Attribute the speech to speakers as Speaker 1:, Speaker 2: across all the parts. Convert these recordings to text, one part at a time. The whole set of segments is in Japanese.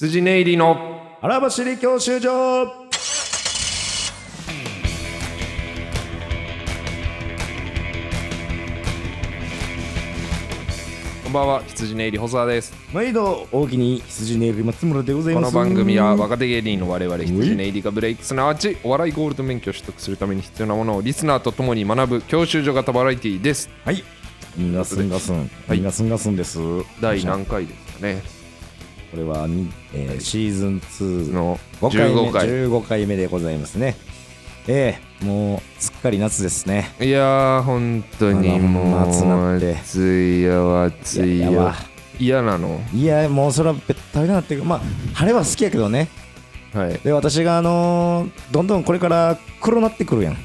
Speaker 1: 羊ネイリの
Speaker 2: 荒走り教習所
Speaker 1: こんばんは羊ネイリ細田です
Speaker 2: 毎度大きに羊ネイビ松村でござい
Speaker 1: こ
Speaker 2: ま
Speaker 1: の
Speaker 2: す
Speaker 1: 番組は若手芸人の我々羊ネイリがブレイクすなわちお笑いゴールド免許を取得するために必要なものをリスナーと共に学ぶ教習所型バラエティです
Speaker 2: はいみんなすんがすん
Speaker 1: い
Speaker 2: みんなすんがすんです
Speaker 1: 第何回ですかね
Speaker 2: これは、にえーシーズン2
Speaker 1: の
Speaker 2: 5回目
Speaker 1: 15回
Speaker 2: 15回目でございますねええもうすっかり夏ですね
Speaker 1: いやー本当にも
Speaker 2: あら夏
Speaker 1: う
Speaker 2: なんて
Speaker 1: 暑いよ暑い
Speaker 2: いやいや
Speaker 1: よ
Speaker 2: わ
Speaker 1: 嫌なの
Speaker 2: いやもうそれはべったりだなっていうかまあ晴れは好きやけどね
Speaker 1: はい
Speaker 2: で私があのーどんどんこれから黒なってくるやん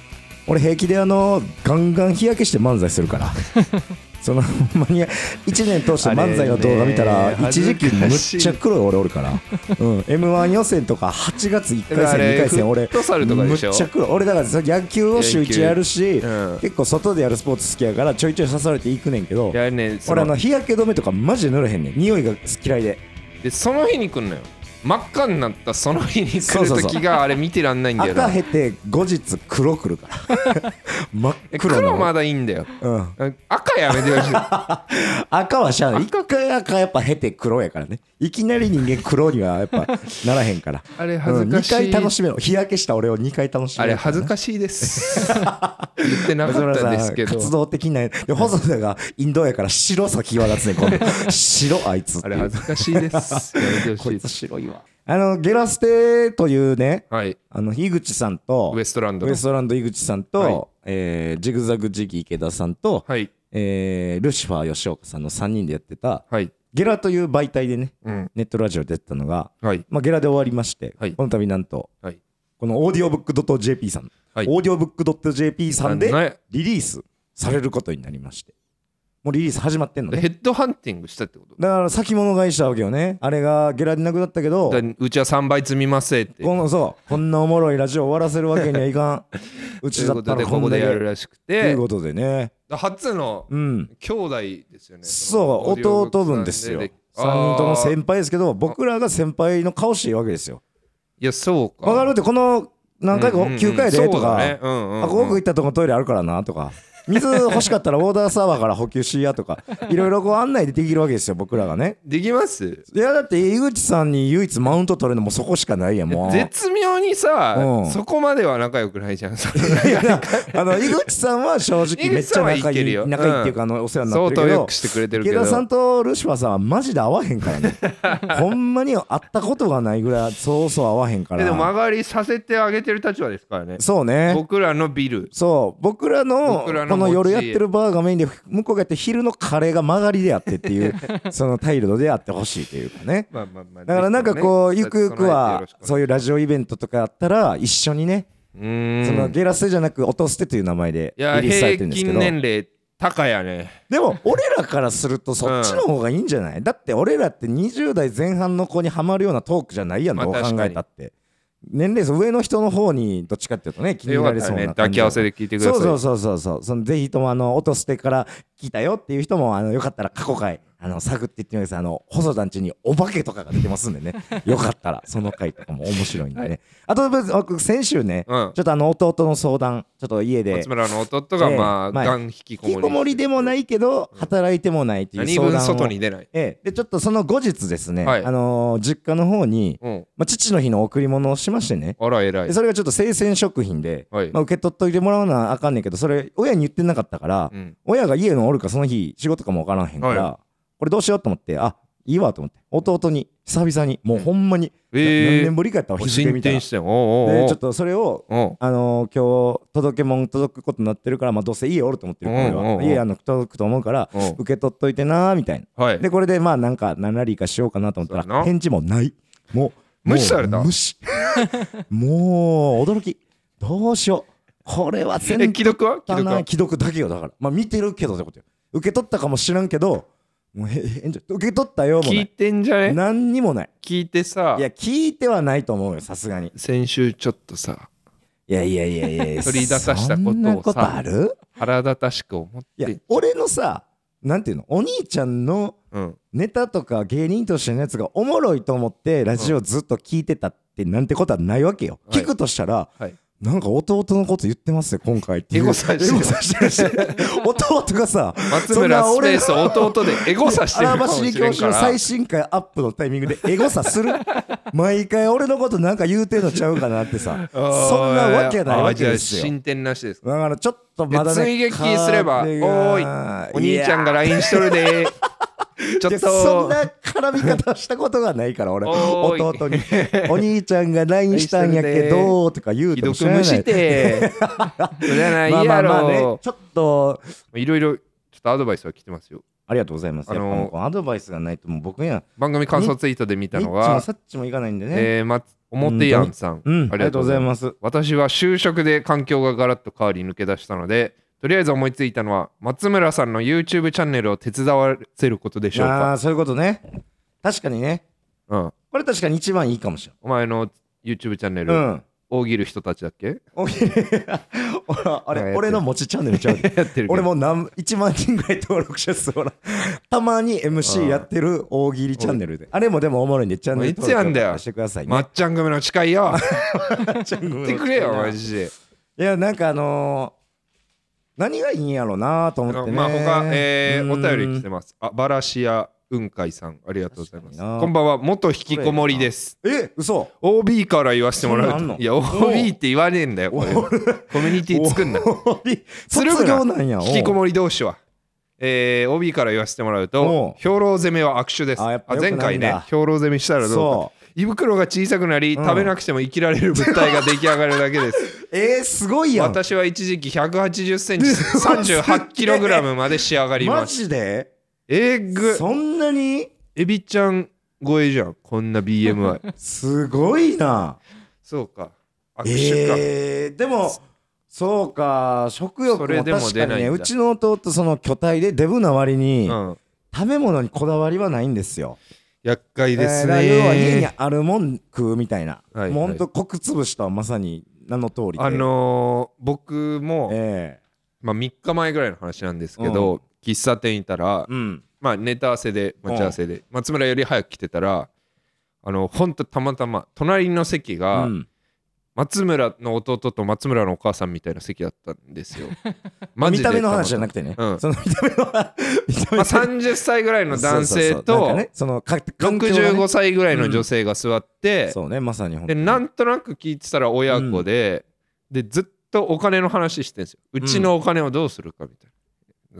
Speaker 2: 俺平気であのーガンガン日焼けして漫才するから そのほんまに1年通して漫才の動画見た
Speaker 1: あれ
Speaker 2: ら
Speaker 1: ね
Speaker 2: 一時期む
Speaker 1: 恥
Speaker 2: っ
Speaker 1: ずかしい
Speaker 2: ちゃ黒い俺お るから、うん、m 1予選とか8月1回
Speaker 1: だからあ
Speaker 2: 戦
Speaker 1: れ
Speaker 2: 2回戦俺
Speaker 1: フットサルとか
Speaker 2: む
Speaker 1: で
Speaker 2: っ
Speaker 1: し
Speaker 2: ち
Speaker 1: ょ
Speaker 2: ゃ黒い俺だからその野球を週
Speaker 1: 野球
Speaker 2: 1やるし、
Speaker 1: うん
Speaker 2: 結構外でやるスポーツ好きやからちょいちょい刺されていくねんけど
Speaker 1: いやねそ
Speaker 2: 俺あの
Speaker 1: の
Speaker 2: 日焼け止めとかマジで塗れへんねん匂いが嫌いで
Speaker 1: でその日に来んのよ真っ赤になったその日に来
Speaker 2: そう
Speaker 1: る
Speaker 2: そうそう
Speaker 1: 時があれ見てらんないんだよな
Speaker 2: 赤減って後日黒くるから 真っ
Speaker 1: え
Speaker 2: 黒
Speaker 1: 黒
Speaker 2: なの
Speaker 1: まだいいんだよ
Speaker 2: うん、
Speaker 1: 赤やめてほ しい
Speaker 2: 赤はしゃあない
Speaker 1: 赤
Speaker 2: 一回赤やっぱ経て黒やからねいきなり人間黒にはやっぱならへんから
Speaker 1: あれ恥ずかしい
Speaker 2: うん二回楽しめろ日焼けした俺を2回楽しめ
Speaker 1: あ
Speaker 2: ろ
Speaker 1: れ恥ずかしいです言 ってなかったんですけど
Speaker 2: 活動的なで細田がインドやから白さ際立つね今度白あいつって
Speaker 1: あ
Speaker 2: い
Speaker 1: れ
Speaker 2: う
Speaker 1: 恥ずかしいですやめてほ
Speaker 2: こ
Speaker 1: し
Speaker 2: い
Speaker 1: いです
Speaker 2: つ白いわあのゲラステというね
Speaker 1: はい
Speaker 2: あの樋口さんと
Speaker 1: ウエストランド
Speaker 2: ウ
Speaker 1: の
Speaker 2: エストランド井口さんと、
Speaker 1: はい
Speaker 2: えージグザグジギー池田さんと、
Speaker 1: はい
Speaker 2: えールシファー吉岡さんの3人でやってた
Speaker 1: はい
Speaker 2: ゲラという媒体でね
Speaker 1: うん
Speaker 2: ネットラジオ出てたのが、
Speaker 1: はい
Speaker 2: まあ、ゲラで終わりまして、
Speaker 1: はい
Speaker 2: この度なんと
Speaker 1: はい
Speaker 2: このオーディオブックドット .jp さん、
Speaker 1: はい
Speaker 2: オーディオブックドット .jp さんで
Speaker 1: なね
Speaker 2: リリースされることになりましてもうリリース始まってんの
Speaker 1: ヘ
Speaker 2: ね
Speaker 1: ッドハンティングしたってこと
Speaker 2: だから先物買いしたわけよねあれがゲラでなくなったけど
Speaker 1: だうちは3倍積みますせって
Speaker 2: このそうこんなおもろいラジオ終わらせるわけにはいかんう
Speaker 1: とい
Speaker 2: ち
Speaker 1: う
Speaker 2: だ
Speaker 1: こ
Speaker 2: っ
Speaker 1: と
Speaker 2: た
Speaker 1: で
Speaker 2: ら
Speaker 1: こ
Speaker 2: こ
Speaker 1: こ
Speaker 2: ん
Speaker 1: で
Speaker 2: だけ
Speaker 1: や
Speaker 2: と
Speaker 1: るらしく
Speaker 2: いう
Speaker 1: て
Speaker 2: ことでね
Speaker 1: 初の
Speaker 2: うん
Speaker 1: 兄弟ですよね
Speaker 2: そう弟分ですよ3人とも
Speaker 1: 輩
Speaker 2: 先輩ですけど僕らが先輩の顔していいわけですよ
Speaker 1: いやそうか
Speaker 2: わかるってこの何回か
Speaker 1: うんうんうん
Speaker 2: 9回でと
Speaker 1: そうだ
Speaker 2: か、
Speaker 1: ねうんうんうん
Speaker 2: あここ行ったとこトイレあるからなとか水欲しかったらオーダーサーバーから補給しやとかいろいろこう案内でできるわけですよ僕らがね
Speaker 1: できます
Speaker 2: いやだって井口さんに唯一マウント取れるのもそこしかないやんもう
Speaker 1: 絶妙にさ
Speaker 2: うん
Speaker 1: そこまでは仲良くないじ ゃん
Speaker 2: いやあの井口さんは正直め
Speaker 1: 井口
Speaker 2: っちゃ
Speaker 1: さんはい
Speaker 2: 仲
Speaker 1: け
Speaker 2: い
Speaker 1: る
Speaker 2: い
Speaker 1: よ
Speaker 2: 仲いいっていうか、
Speaker 1: う
Speaker 2: あのお世話になっ
Speaker 1: 相
Speaker 2: てる
Speaker 1: 当
Speaker 2: け
Speaker 1: よ
Speaker 2: ど
Speaker 1: くしてくれてるけ
Speaker 2: 池
Speaker 1: ど
Speaker 2: 田さんとルシファーさんはマジで会わへんか らねほんまに会ったことがないぐらいそうそう会わへんから
Speaker 1: えでも曲がりさせてあげてる立場ですからね
Speaker 2: そうね
Speaker 1: 僕らのビル
Speaker 2: そう僕らの
Speaker 1: 僕らの
Speaker 2: この
Speaker 1: 持ち
Speaker 2: 夜やってるバーがメインで向こうがやって昼のカレーが曲がりであってっ ていうその態度であってほしいというかね
Speaker 1: まあまあまあ
Speaker 2: だからなんかこうゆくゆくはそう
Speaker 1: いう
Speaker 2: いうラジオイベントとかあったら一緒にね
Speaker 1: うーん
Speaker 2: そのゲラステじゃなく音捨てという名前で
Speaker 1: い
Speaker 2: リ
Speaker 1: や
Speaker 2: リースされて
Speaker 1: 平
Speaker 2: るんですけ
Speaker 1: 均
Speaker 2: ど
Speaker 1: 年齢高やね
Speaker 2: でも俺らからするとそっちの方がいいんじゃないだって俺らって20代前半の子にはまるようなトークじゃないやん
Speaker 1: まあ
Speaker 2: どう考
Speaker 1: 確かに
Speaker 2: えたって年齢層上の人の方にどっちかっていうとね気に入
Speaker 1: よからっ
Speaker 2: れ
Speaker 1: た
Speaker 2: そ
Speaker 1: ら
Speaker 2: うな
Speaker 1: ね
Speaker 2: 感じ
Speaker 1: 抱き合わせで聞いてください
Speaker 2: そうそうそうそうそうそのぜひともあの音捨てから聞いたよっていう人もあのよかったら過去回あの探っていってみてくださいあの細田んちにお化けとかが出てますん でねよかったらその回とかも面白いんでね、あと僕先週ね、
Speaker 1: うん
Speaker 2: ちょっとあの弟の相談ちょっと家で
Speaker 1: 松村の弟が
Speaker 2: ええ
Speaker 1: まあ
Speaker 2: まあ
Speaker 1: がん引きこも
Speaker 2: 引き
Speaker 1: り
Speaker 2: こもりでもないけど働いてもないという
Speaker 1: 何
Speaker 2: 相
Speaker 1: 分
Speaker 2: 談を
Speaker 1: 外に出ない
Speaker 2: ええ、でちょっとその後日ですね、
Speaker 1: はい
Speaker 2: あのー実家の方に、
Speaker 1: うん
Speaker 2: まあ、父の日の贈り物をしましてね、
Speaker 1: あら偉い
Speaker 2: でそれがちょっと生鮮食品で、
Speaker 1: はい
Speaker 2: まあ、受け取っといてもらわなあかんねんけどそれ親に言ってなかったから、
Speaker 1: うん
Speaker 2: 親が家のおるかその日仕事かもわからへんから、これどうしようと思ってあいいわと思って弟に久々にもうほんまに、な何
Speaker 1: ええ
Speaker 2: 年ぶりかやったわ日付
Speaker 1: 進
Speaker 2: 見たら
Speaker 1: 展
Speaker 2: で
Speaker 1: してんおうおうおう
Speaker 2: ちょっとそれを
Speaker 1: うん
Speaker 2: あのー今日届け物届くことになってるから、まあ、どうせ家おると思ってるから俺は
Speaker 1: うんうんうん
Speaker 2: 家あの届くと思うから
Speaker 1: うん
Speaker 2: 受け取っといてなーみたいな
Speaker 1: はい
Speaker 2: でこれでまあなんか何ラリーかしようかなと思っ
Speaker 1: そ
Speaker 2: た
Speaker 1: うやな
Speaker 2: ら返事もないもう
Speaker 1: 無視された
Speaker 2: もう無視 もう驚きどうしようこれは
Speaker 1: え
Speaker 2: 先
Speaker 1: 既読は既
Speaker 2: 端
Speaker 1: 読
Speaker 2: な
Speaker 1: は
Speaker 2: 既読だけよだからまあ見てるけどってことよ受け取ったかもしらんけどもうへ返事受け取ったよもう
Speaker 1: 聞
Speaker 2: ないい
Speaker 1: てんじゃね
Speaker 2: 何にもない
Speaker 1: 聞いてさ
Speaker 2: いや聞いてはないと思うよさすがに
Speaker 1: 先週ちょっとさ
Speaker 2: いやい やいやいや
Speaker 1: 取り出さしたことをさ
Speaker 2: そんなことある
Speaker 1: 腹立たしく思っ
Speaker 2: いや
Speaker 1: て
Speaker 2: 俺のさなんていうのお兄ちゃんの
Speaker 1: うん
Speaker 2: ネタとか芸人としてのやつがおもろいと思ってラジオずっと聞いてたってなんてことはないわけよ、
Speaker 1: はい
Speaker 2: 聞くとしたら、
Speaker 1: はい
Speaker 2: なんか弟のこと言ってますよ今回っていう
Speaker 1: エゴサしてる
Speaker 2: エゴサしてるし 弟がさ
Speaker 1: 松村スペース弟でエゴサしてる
Speaker 2: 荒
Speaker 1: かも
Speaker 2: 走
Speaker 1: しれん
Speaker 2: り
Speaker 1: から
Speaker 2: 教師の最新回アップのタイミングでエゴサする毎回俺のことなんか言うてんのちゃうかなって さそんなわけないわけ
Speaker 1: あーじ
Speaker 2: です
Speaker 1: ゃあ
Speaker 2: よ
Speaker 1: 進展なしです
Speaker 2: だからちょっとまだね
Speaker 1: で追撃すれば
Speaker 2: カーディガン
Speaker 1: お兄ちゃんが LINE しとるで ちょ
Speaker 2: いや
Speaker 1: っ
Speaker 2: そん
Speaker 1: と
Speaker 2: な絡み方したことがないから俺
Speaker 1: おーい
Speaker 2: 弟に「お兄ちゃんが LINE したんやけど」とか言う
Speaker 1: 既
Speaker 2: ても知
Speaker 1: 読
Speaker 2: らな
Speaker 1: 無
Speaker 2: い
Speaker 1: 視てそうじゃない
Speaker 2: まあま
Speaker 1: や
Speaker 2: あまあね
Speaker 1: ろ
Speaker 2: ちょっと
Speaker 1: いろいろちょっとアドバイスは来てますよ
Speaker 2: ありがとうございます
Speaker 1: あ
Speaker 2: やっ
Speaker 1: の
Speaker 2: ぱもうこのアドバイスがないともう僕には
Speaker 1: 番組感想ツイートで見た
Speaker 2: ニ
Speaker 1: の
Speaker 2: ッチも
Speaker 1: は
Speaker 2: サッチもいかないんでね
Speaker 1: えーま表やんさん
Speaker 2: うんありがとうございます
Speaker 1: 私は就職で環境がガラッと変わり抜け出したのでとりあえず思いついたのは松村さんの YouTube チャンネルを手伝わせることでしょう
Speaker 2: あ
Speaker 1: か、
Speaker 2: あそういうことね確かにね
Speaker 1: うん、
Speaker 2: これ確かに一番いいかもし
Speaker 1: お前の YouTube チャンネ
Speaker 2: れ
Speaker 1: ル、
Speaker 2: ないうん
Speaker 1: 大喜利人たちだっ け
Speaker 2: おい
Speaker 1: なんかやっ
Speaker 2: あ
Speaker 1: て
Speaker 2: れ
Speaker 1: る
Speaker 2: 俺の持ちチャンネルちゃうで
Speaker 1: やってるけど
Speaker 2: 俺も何1万人ぐらい登録者数おらんたまに MC やってる大喜利チャンネルであれもでもおもろいんでチャンネル登
Speaker 1: いつやんだよ
Speaker 2: 録してください
Speaker 1: ま
Speaker 2: ね
Speaker 1: っちゃん組の誓いよ
Speaker 2: ちゃん
Speaker 1: 言ってくれよマジで、
Speaker 2: いやなんかあのー何がいいんやろうなと思ってね
Speaker 1: まあ他、えー、お便り来
Speaker 2: て
Speaker 1: てますあバラシア雲海さんありがとうございます
Speaker 2: 確かにな
Speaker 1: こんばんは元引きこもりです
Speaker 2: え嘘
Speaker 1: OB から言わせてもら
Speaker 2: そ
Speaker 1: う
Speaker 2: んなんあ
Speaker 1: と
Speaker 2: んの
Speaker 1: いや OB って言わねえんだよこれコミュニティ作んなするな
Speaker 2: 卒業なんやおう
Speaker 1: 引きこもり同士は、えー、OB から言わせてもらう
Speaker 2: おう
Speaker 1: と兵糧攻めは悪手です
Speaker 2: あや
Speaker 1: あ
Speaker 2: っぱ良くな
Speaker 1: 前
Speaker 2: いんだ
Speaker 1: 回ね兵糧攻めしたらどうか
Speaker 2: そ
Speaker 1: 胃袋が小さくなり、
Speaker 2: うん
Speaker 1: 食べなくても生きられる物体が出来上がるだけです
Speaker 2: えー、す ごいやん
Speaker 1: 私は一時期1 8 0センチ3 8ラムまで仕上がり
Speaker 2: マ
Speaker 1: ます
Speaker 2: ジで
Speaker 1: えーぐ
Speaker 2: そんなに
Speaker 1: エビちゃん超えじゃんこんな BMI
Speaker 2: すごいな
Speaker 1: そうか握手か、
Speaker 2: えー、でもそうか食欲
Speaker 1: そ
Speaker 2: も
Speaker 1: れでも
Speaker 2: 確
Speaker 1: 出
Speaker 2: か
Speaker 1: な
Speaker 2: に
Speaker 1: いんだ
Speaker 2: ねうちの弟その巨体でデブな割に、
Speaker 1: うん
Speaker 2: 食べ物にこだわりはないんですよ。
Speaker 1: 厄介です
Speaker 2: えーだから
Speaker 1: ね、
Speaker 2: 要は家にあるもん食うみたいな、
Speaker 1: はい
Speaker 2: もうほんと穀潰しとはまさに名の通りで
Speaker 1: あのー僕も、
Speaker 2: え
Speaker 1: まあ、3日前ぐらいの話なんですけど、喫茶店いたら、
Speaker 2: えうん
Speaker 1: まあ、ネタ合わせで待ち合わせで、松村より早く来てたらあのほんとたまたま隣の席
Speaker 2: う
Speaker 1: が、
Speaker 2: ん
Speaker 1: 松村の弟と松村のお母さんみたいな席だったんです よ。マジ
Speaker 2: 見
Speaker 1: で
Speaker 2: た目の話じゃなくてね、
Speaker 1: うん
Speaker 2: その見た目の見た 目
Speaker 1: まあ、30歳ぐらいの男性
Speaker 2: そうそうそうなん
Speaker 1: と
Speaker 2: かねそのか環境がね
Speaker 1: 65歳ぐらいの女性が座って、
Speaker 2: そうねまさに本当
Speaker 1: で
Speaker 2: に
Speaker 1: なんとなく聞いてたら親子で、でずっとお金の話してんですようちのお金をどうするかみた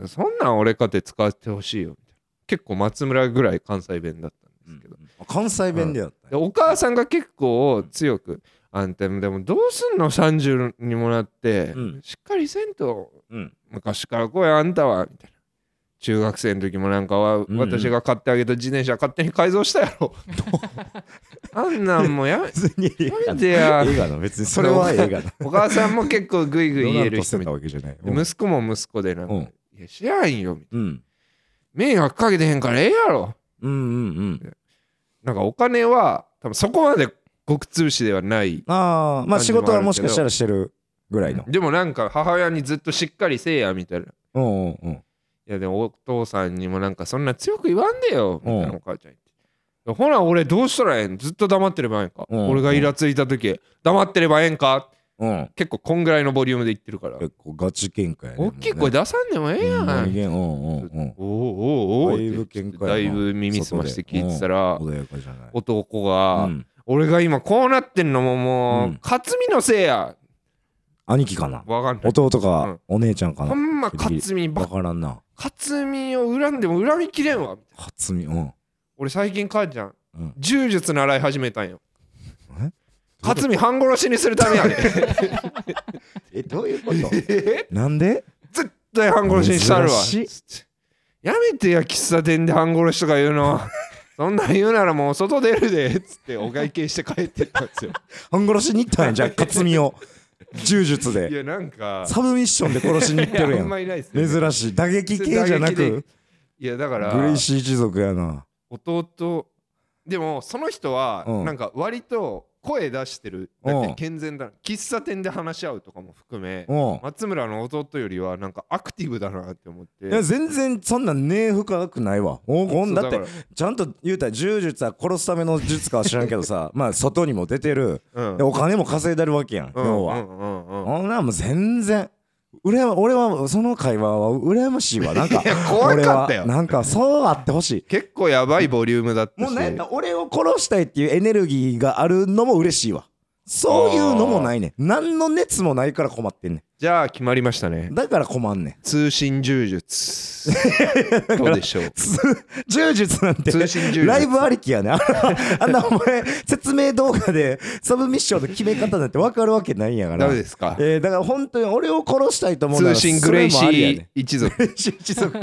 Speaker 1: いな、そんなん俺かて使ってほしいよみたいな結構松村ぐらい関西弁だったんですけど、
Speaker 2: うん関西弁でやった、
Speaker 1: でお母さんが結構強く「あんたでもどうすんの30にもなって、
Speaker 2: うん
Speaker 1: しっかりせんと
Speaker 2: うん
Speaker 1: 昔からこうやあんたは」みたいな。中学生の時もなんかは
Speaker 2: うん
Speaker 1: 私が買ってあげた自転車勝手に改造したや ろ、あんなんもや
Speaker 2: 別に映
Speaker 1: や
Speaker 2: 画
Speaker 1: め
Speaker 2: の
Speaker 1: てや
Speaker 2: 映画の別にそれは映画だ
Speaker 1: お母さんも結構グイグイ言える人
Speaker 2: ドナルドして
Speaker 1: み
Speaker 2: た
Speaker 1: たい
Speaker 2: わけじゃない
Speaker 1: で息子も息子でなんか
Speaker 2: うん
Speaker 1: 「いや知らんよ」みたい
Speaker 2: うん
Speaker 1: な迷惑かけてへんからええやろ
Speaker 2: うんうんうん
Speaker 1: なんかお金は多分そこまで極通しではない
Speaker 2: ああまあ仕事はもしかしたらしてるぐらいの
Speaker 1: でもなんか母親にずっとしっかりせえやみたいない
Speaker 2: うんうんうん
Speaker 1: やでもお父さんにもなんかそんな強く言わんでよみたいな
Speaker 2: うん
Speaker 1: お母ちゃんに言ってほら俺どうしたらええんずっと黙ってればええんか
Speaker 2: うん
Speaker 1: 俺がイラついた時黙ってればええんか
Speaker 2: うん
Speaker 1: 結構こんぐらいのボリュームで言ってるから
Speaker 2: 結構ガチ喧嘩やね
Speaker 1: 大きい声出さんでもええや
Speaker 2: うん
Speaker 1: ん
Speaker 2: 人間うんうんうん
Speaker 1: おおおおお
Speaker 2: だいぶ喧嘩やな
Speaker 1: だいぶ耳すまして聞いてたら
Speaker 2: 穏やかじゃない
Speaker 1: 男
Speaker 2: う
Speaker 1: が
Speaker 2: ん
Speaker 1: 「俺が今こうなってんのもも
Speaker 2: う
Speaker 1: うん克美のせいや!
Speaker 2: 兄貴かな」
Speaker 1: わかんない
Speaker 2: 弟かお姉ちゃんか
Speaker 1: ほ
Speaker 2: なん
Speaker 1: ま克美ば
Speaker 2: わ
Speaker 1: っ
Speaker 2: からんな
Speaker 1: 克美を恨んでも恨みきれんわ
Speaker 2: 初見うん
Speaker 1: 俺最近母ちゃん
Speaker 2: うん
Speaker 1: 柔術習い始めたんよ
Speaker 2: え
Speaker 1: 克美半殺しにするためやね
Speaker 2: えどういうこと
Speaker 1: え
Speaker 2: なんで
Speaker 1: 絶対半殺しにしたるわ
Speaker 2: 珍
Speaker 1: つってやめてや喫茶店で半殺しとか言う のそんなん言うならもう外出るでつってお会計して帰ってったんです よ
Speaker 2: 半殺しに行ったんやじゃ あ勝見を柔術
Speaker 1: い
Speaker 2: で
Speaker 1: やなんか
Speaker 2: サブミッションで殺しに行ってる
Speaker 1: い
Speaker 2: や
Speaker 1: あん
Speaker 2: ん
Speaker 1: まいないですね
Speaker 2: 珍しい打撃系じゃな
Speaker 1: 打撃で
Speaker 2: く
Speaker 1: いやだか
Speaker 2: グレ
Speaker 1: ら
Speaker 2: イシー一族やな
Speaker 1: 弟でもその人は
Speaker 2: うん
Speaker 1: なんか割と声出してるだ
Speaker 2: うん
Speaker 1: け健全だな喫茶店で話し合うとかも含め
Speaker 2: うん
Speaker 1: 松村の弟よりはなんかアクティブだなって思って
Speaker 2: いや全然そんな根深くないわ黄金だって
Speaker 1: そうだか
Speaker 2: ちゃんと言うたら柔術は殺すための術かは知らんけ どさまあ外にも出てる、
Speaker 1: うん
Speaker 2: でお金も稼いでるわけやん、
Speaker 1: うん
Speaker 2: 要
Speaker 1: う
Speaker 2: は、
Speaker 1: んうんうん
Speaker 2: ほんならもう全然羨ま俺はその会話は羨ましいわなんか
Speaker 1: いや怖かったよ
Speaker 2: 俺はなんかそうあってほしい
Speaker 1: 結構やばいボリュームだった
Speaker 2: もう
Speaker 1: し
Speaker 2: なんやったら俺を殺したいっていうエネルギーがあるのも嬉しいわそういうのもないねん何の熱もないから困ってんね
Speaker 1: じゃあ決まりましたね
Speaker 2: んだから困んねん
Speaker 1: 通信柔術どうでしょう
Speaker 2: つ柔術なんて
Speaker 1: 通信柔術
Speaker 2: ライブありきやねあ んなあんなお前説明動画でサブミッションの決め方なんて分かるわけないんやから
Speaker 1: ダメですか
Speaker 2: えーだから本当に俺を殺したいと思うなら
Speaker 1: 通信グレイシ
Speaker 2: それもありやね
Speaker 1: ー
Speaker 2: ん
Speaker 1: 一族
Speaker 2: グレイシー一族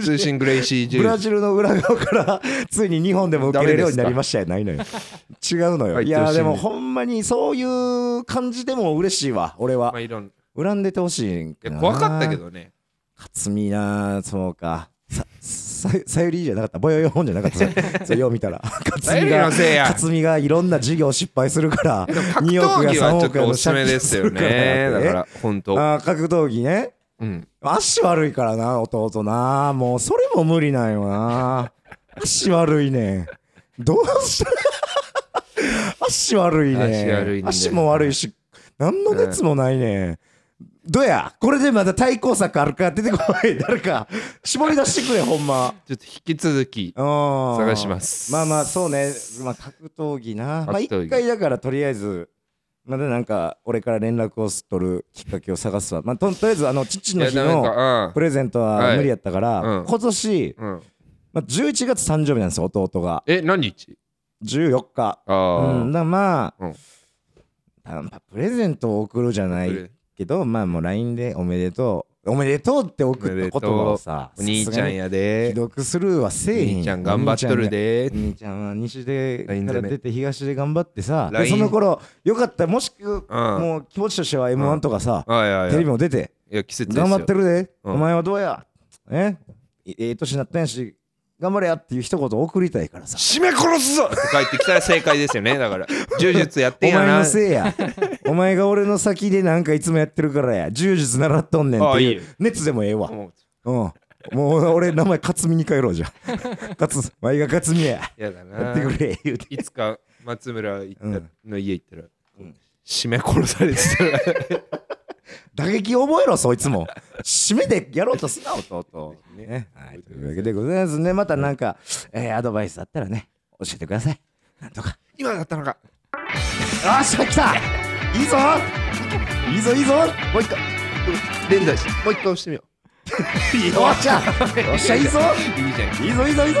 Speaker 1: 通信グレイシー
Speaker 2: ブ
Speaker 1: 柔
Speaker 2: ラ
Speaker 1: 術
Speaker 2: ジルの裏側からついに日本でも受けれるようになりましたやないのよ違うのよ
Speaker 1: はい
Speaker 2: いや
Speaker 1: 通信
Speaker 2: でもほんまにそういう感じでも嬉しいわ俺は
Speaker 1: まあいろん
Speaker 2: 恨んでてほしいん
Speaker 1: い
Speaker 2: か
Speaker 1: や
Speaker 2: な
Speaker 1: 怖かったけどね
Speaker 2: 勝みなそうかさささゆりじゃなかったぼよよんじゃなかっ たそれそれよう見たら
Speaker 1: さ
Speaker 2: 勝
Speaker 1: ゆ
Speaker 2: み
Speaker 1: りの
Speaker 2: が
Speaker 1: せいや
Speaker 2: 勝みがいろんな事業失敗するから
Speaker 1: 格
Speaker 2: 2
Speaker 1: 闘
Speaker 2: 億や
Speaker 1: 技はち
Speaker 2: 3
Speaker 1: ょっ
Speaker 2: 億や
Speaker 1: と
Speaker 2: の
Speaker 1: おすすめ
Speaker 2: 借金
Speaker 1: ですよ
Speaker 2: す
Speaker 1: ね
Speaker 2: る
Speaker 1: だ
Speaker 2: ら
Speaker 1: から本当
Speaker 2: あー格闘技ね
Speaker 1: うん
Speaker 2: 足悪いからな弟なもうそれも無理なんよな足悪いねどうした足悪いね
Speaker 1: 足悪いね
Speaker 2: 足も悪いし何の熱もないね、どうやこれでまた対抗策あるか出てこない 誰か絞り出してくれほんま
Speaker 1: ちょっと引き続き
Speaker 2: 探
Speaker 1: 探します
Speaker 2: まあまあそうね、まあ、格闘技なまあ
Speaker 1: 格闘技
Speaker 2: 一回だからとりあえずまだなんか俺から連絡を取るきっかけを探すわまあととりあえずあの父
Speaker 1: い
Speaker 2: の
Speaker 1: や
Speaker 2: 日
Speaker 1: ダメ
Speaker 2: の
Speaker 1: か
Speaker 2: プレゼント
Speaker 1: は
Speaker 2: はい無理やったから、
Speaker 1: うん
Speaker 2: 今年、
Speaker 1: うんうん
Speaker 2: まあ、11月誕生日なんですよ弟が
Speaker 1: え何日
Speaker 2: 14日
Speaker 1: あ
Speaker 2: う
Speaker 1: ー
Speaker 2: んだからまあ、
Speaker 1: うん
Speaker 2: あのまあプレゼントを送るじゃ
Speaker 1: こ
Speaker 2: ない
Speaker 1: れ
Speaker 2: けどまあもう LINE で「おめでとう」「おめでとう」って送った言葉をさ
Speaker 1: お兄ちゃん
Speaker 2: や
Speaker 1: や
Speaker 2: 既
Speaker 1: で
Speaker 2: 読するは
Speaker 1: お
Speaker 2: せえへん
Speaker 1: 兄ちゃん頑張っとるで
Speaker 2: お兄ちゃんは西で
Speaker 1: LINE
Speaker 2: から出て東で頑張ってさで
Speaker 1: LINE
Speaker 2: その頃よかったらもしく
Speaker 1: うん
Speaker 2: もう気持ちとしては m 1とかさ
Speaker 1: はいはい
Speaker 2: テレビ
Speaker 1: はい
Speaker 2: も出て
Speaker 1: いや季節ですよ
Speaker 2: 頑張ってるで、
Speaker 1: うん
Speaker 2: お前はどうやえええ年になったんやし頑張れやっていう一言送りたいからさ
Speaker 1: 締め殺すぞって帰ってきたら正解ですよねだから柔術やっ
Speaker 2: お
Speaker 1: てんや
Speaker 2: 前
Speaker 1: な
Speaker 2: のせ いやお前が俺の先でなんかいつもやってるからや柔術習っとんねんって
Speaker 1: あいい
Speaker 2: い
Speaker 1: よ
Speaker 2: う熱でもええわ
Speaker 1: もう
Speaker 2: うんもう俺名前勝美に帰ろうじ ゃん勝お前が勝美や
Speaker 1: やだな
Speaker 2: やってくれ言うて
Speaker 1: いつか松村行った
Speaker 2: うん
Speaker 1: の家行ったら、締め殺されて
Speaker 2: 打撃覚えろそいつも締めでやろうとすな弟ねはいというわけでございますねまたなんか、えーアドバイスあったらね教えてくださいなんとか
Speaker 1: 今だったのか
Speaker 2: よっしゃ来たいいぞいいぞいいぞ
Speaker 1: もう一回連打してもう一回押してみよ
Speaker 2: よっしゃよっしゃいいぞ
Speaker 1: ういいじゃん
Speaker 2: いいぞいいぞいいぞ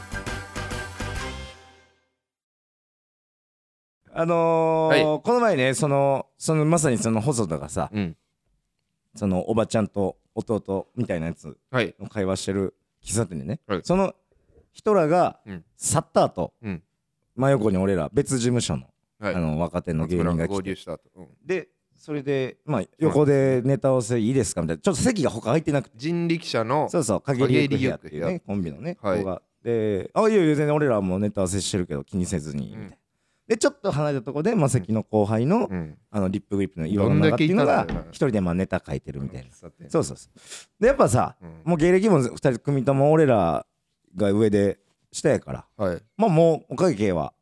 Speaker 2: あのー
Speaker 1: は
Speaker 2: この前ねそのそのまさにその細田がさ
Speaker 1: うん
Speaker 2: そのおばちゃんと弟みたいなやつ
Speaker 1: はい
Speaker 2: の会話してる喫茶店でね、
Speaker 1: はい
Speaker 2: その人らが
Speaker 1: うん
Speaker 2: 去った後、
Speaker 1: うん
Speaker 2: 真横に俺ら別事務所の,、
Speaker 1: はい
Speaker 2: あの若手の芸
Speaker 1: 松
Speaker 2: 人
Speaker 1: 村
Speaker 2: が
Speaker 1: が
Speaker 2: 来
Speaker 1: 合
Speaker 2: て
Speaker 1: 流した後、うん
Speaker 2: でそれで、まあ、横でネタ合わせいいですかみたいなちょっと席が他空いてなくて
Speaker 1: 人力車の
Speaker 2: そうそう影りゆく部屋っていう
Speaker 1: 影りゆく部
Speaker 2: ねコンビのね、
Speaker 1: はい
Speaker 2: 子がで「あいやいや全然俺らはもうネタ合わせしてるけど気にせずに」みたいな。
Speaker 1: うん
Speaker 2: でちょっと離れたとこでマセキの後輩の,、
Speaker 1: うん
Speaker 2: あのリップグリップの岩永っていうの
Speaker 1: ど
Speaker 2: が
Speaker 1: んだけいたんだよな
Speaker 2: 一人でまあネタ書いてるみたいな
Speaker 1: 喫茶店
Speaker 2: そうそうそうでやっぱさ
Speaker 1: うん
Speaker 2: もう芸歴も2人組とも俺らが上で下やから
Speaker 1: はい
Speaker 2: まあもうおかげは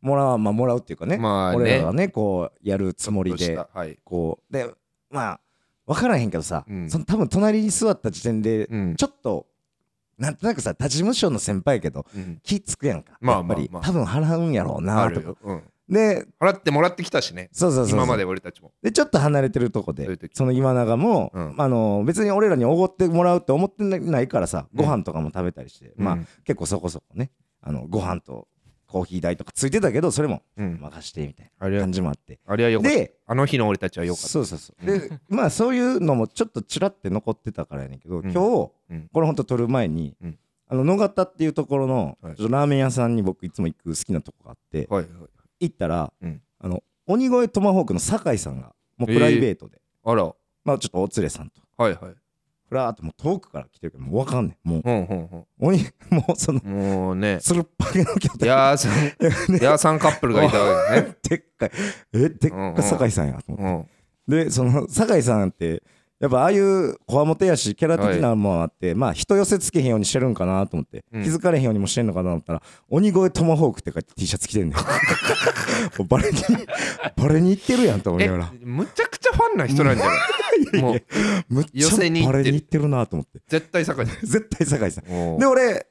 Speaker 2: もらうまあもらうっていうかね,、
Speaker 1: まあね
Speaker 2: 俺らがねこうやるつもり
Speaker 1: ち
Speaker 2: で
Speaker 1: ょっとしたはい
Speaker 2: こうでまあ分からへんけどさ、
Speaker 1: うん
Speaker 2: その多分隣に座った時点で
Speaker 1: うん
Speaker 2: ちょっと、なんとなくさ他事務所の先輩やけど
Speaker 1: うん
Speaker 2: 気つくやんか、
Speaker 1: まあ
Speaker 2: やっぱり、
Speaker 1: まあまあ
Speaker 2: 多分払うんやろう
Speaker 1: あ
Speaker 2: なと
Speaker 1: る
Speaker 2: か
Speaker 1: よ、うん、
Speaker 2: で
Speaker 1: 払ってもらってきたしね
Speaker 2: そうそうそうそう
Speaker 1: 今まで俺たちも
Speaker 2: でちょっと離れてるとこ
Speaker 1: そうい
Speaker 2: で
Speaker 1: う時
Speaker 2: その今永も、
Speaker 1: うん
Speaker 2: あの別に俺らにおごってもらうって思ってないからさ
Speaker 1: うん
Speaker 2: ご飯とかも食べたりして、まあ
Speaker 1: うん
Speaker 2: 結構そこそこねあのご飯とコーヒー代とかついてたけどそれも
Speaker 1: うん、
Speaker 2: 任してみたい
Speaker 1: あ
Speaker 2: な
Speaker 1: れは
Speaker 2: 感じもあって
Speaker 1: あれはよかった
Speaker 2: で
Speaker 1: あの日の俺たちはよかった
Speaker 2: そうそうそ うでまあそういうのもちょっとちらって残ってたからやねんけど
Speaker 1: ん
Speaker 2: 今日こ
Speaker 1: うん
Speaker 2: れほんと撮る前に
Speaker 1: うん
Speaker 2: あの野方っていうところの
Speaker 1: はい
Speaker 2: ちょっとラーメン屋さんに僕いつも行く好きなとこがあって
Speaker 1: はいはい
Speaker 2: 行ったら
Speaker 1: うん
Speaker 2: あの鬼越トマホークの酒井さんがもうプライベートで
Speaker 1: あら
Speaker 2: まあちょっとお連れさんと
Speaker 1: はいはい
Speaker 2: ふらーっともう遠くから来てるけどもう分かんねんもう
Speaker 1: ほんほんほ
Speaker 2: 鬼もうその
Speaker 1: んもうね
Speaker 2: つるっぱげの巨体
Speaker 1: ヤーさん ヤーさんカップルがいたわけね
Speaker 2: でっかいえでっ
Speaker 1: うんうん
Speaker 2: かい酒井さんやと思って
Speaker 1: うん
Speaker 2: でその酒井さんってやっぱああいうこわもてやしキャラ的なもんあって、まあ人寄せつけへんようにしてるんかなと思って、
Speaker 1: うん
Speaker 2: 気づかれへんようにもしてんのかなと思ったら「鬼越トマホーク」って書いて T シャツ着 てんねんもうバレにバレに行ってるやんと思い
Speaker 1: え
Speaker 2: ながら
Speaker 1: むちゃくちゃファンな人なんじゃないもう
Speaker 2: むっち
Speaker 1: 寄
Speaker 2: ゃ
Speaker 1: せに行っ
Speaker 2: バ
Speaker 1: てる
Speaker 2: レに行ってるなと思って
Speaker 1: 絶対坂井さん
Speaker 2: 絶対酒井さん
Speaker 1: おー
Speaker 2: で俺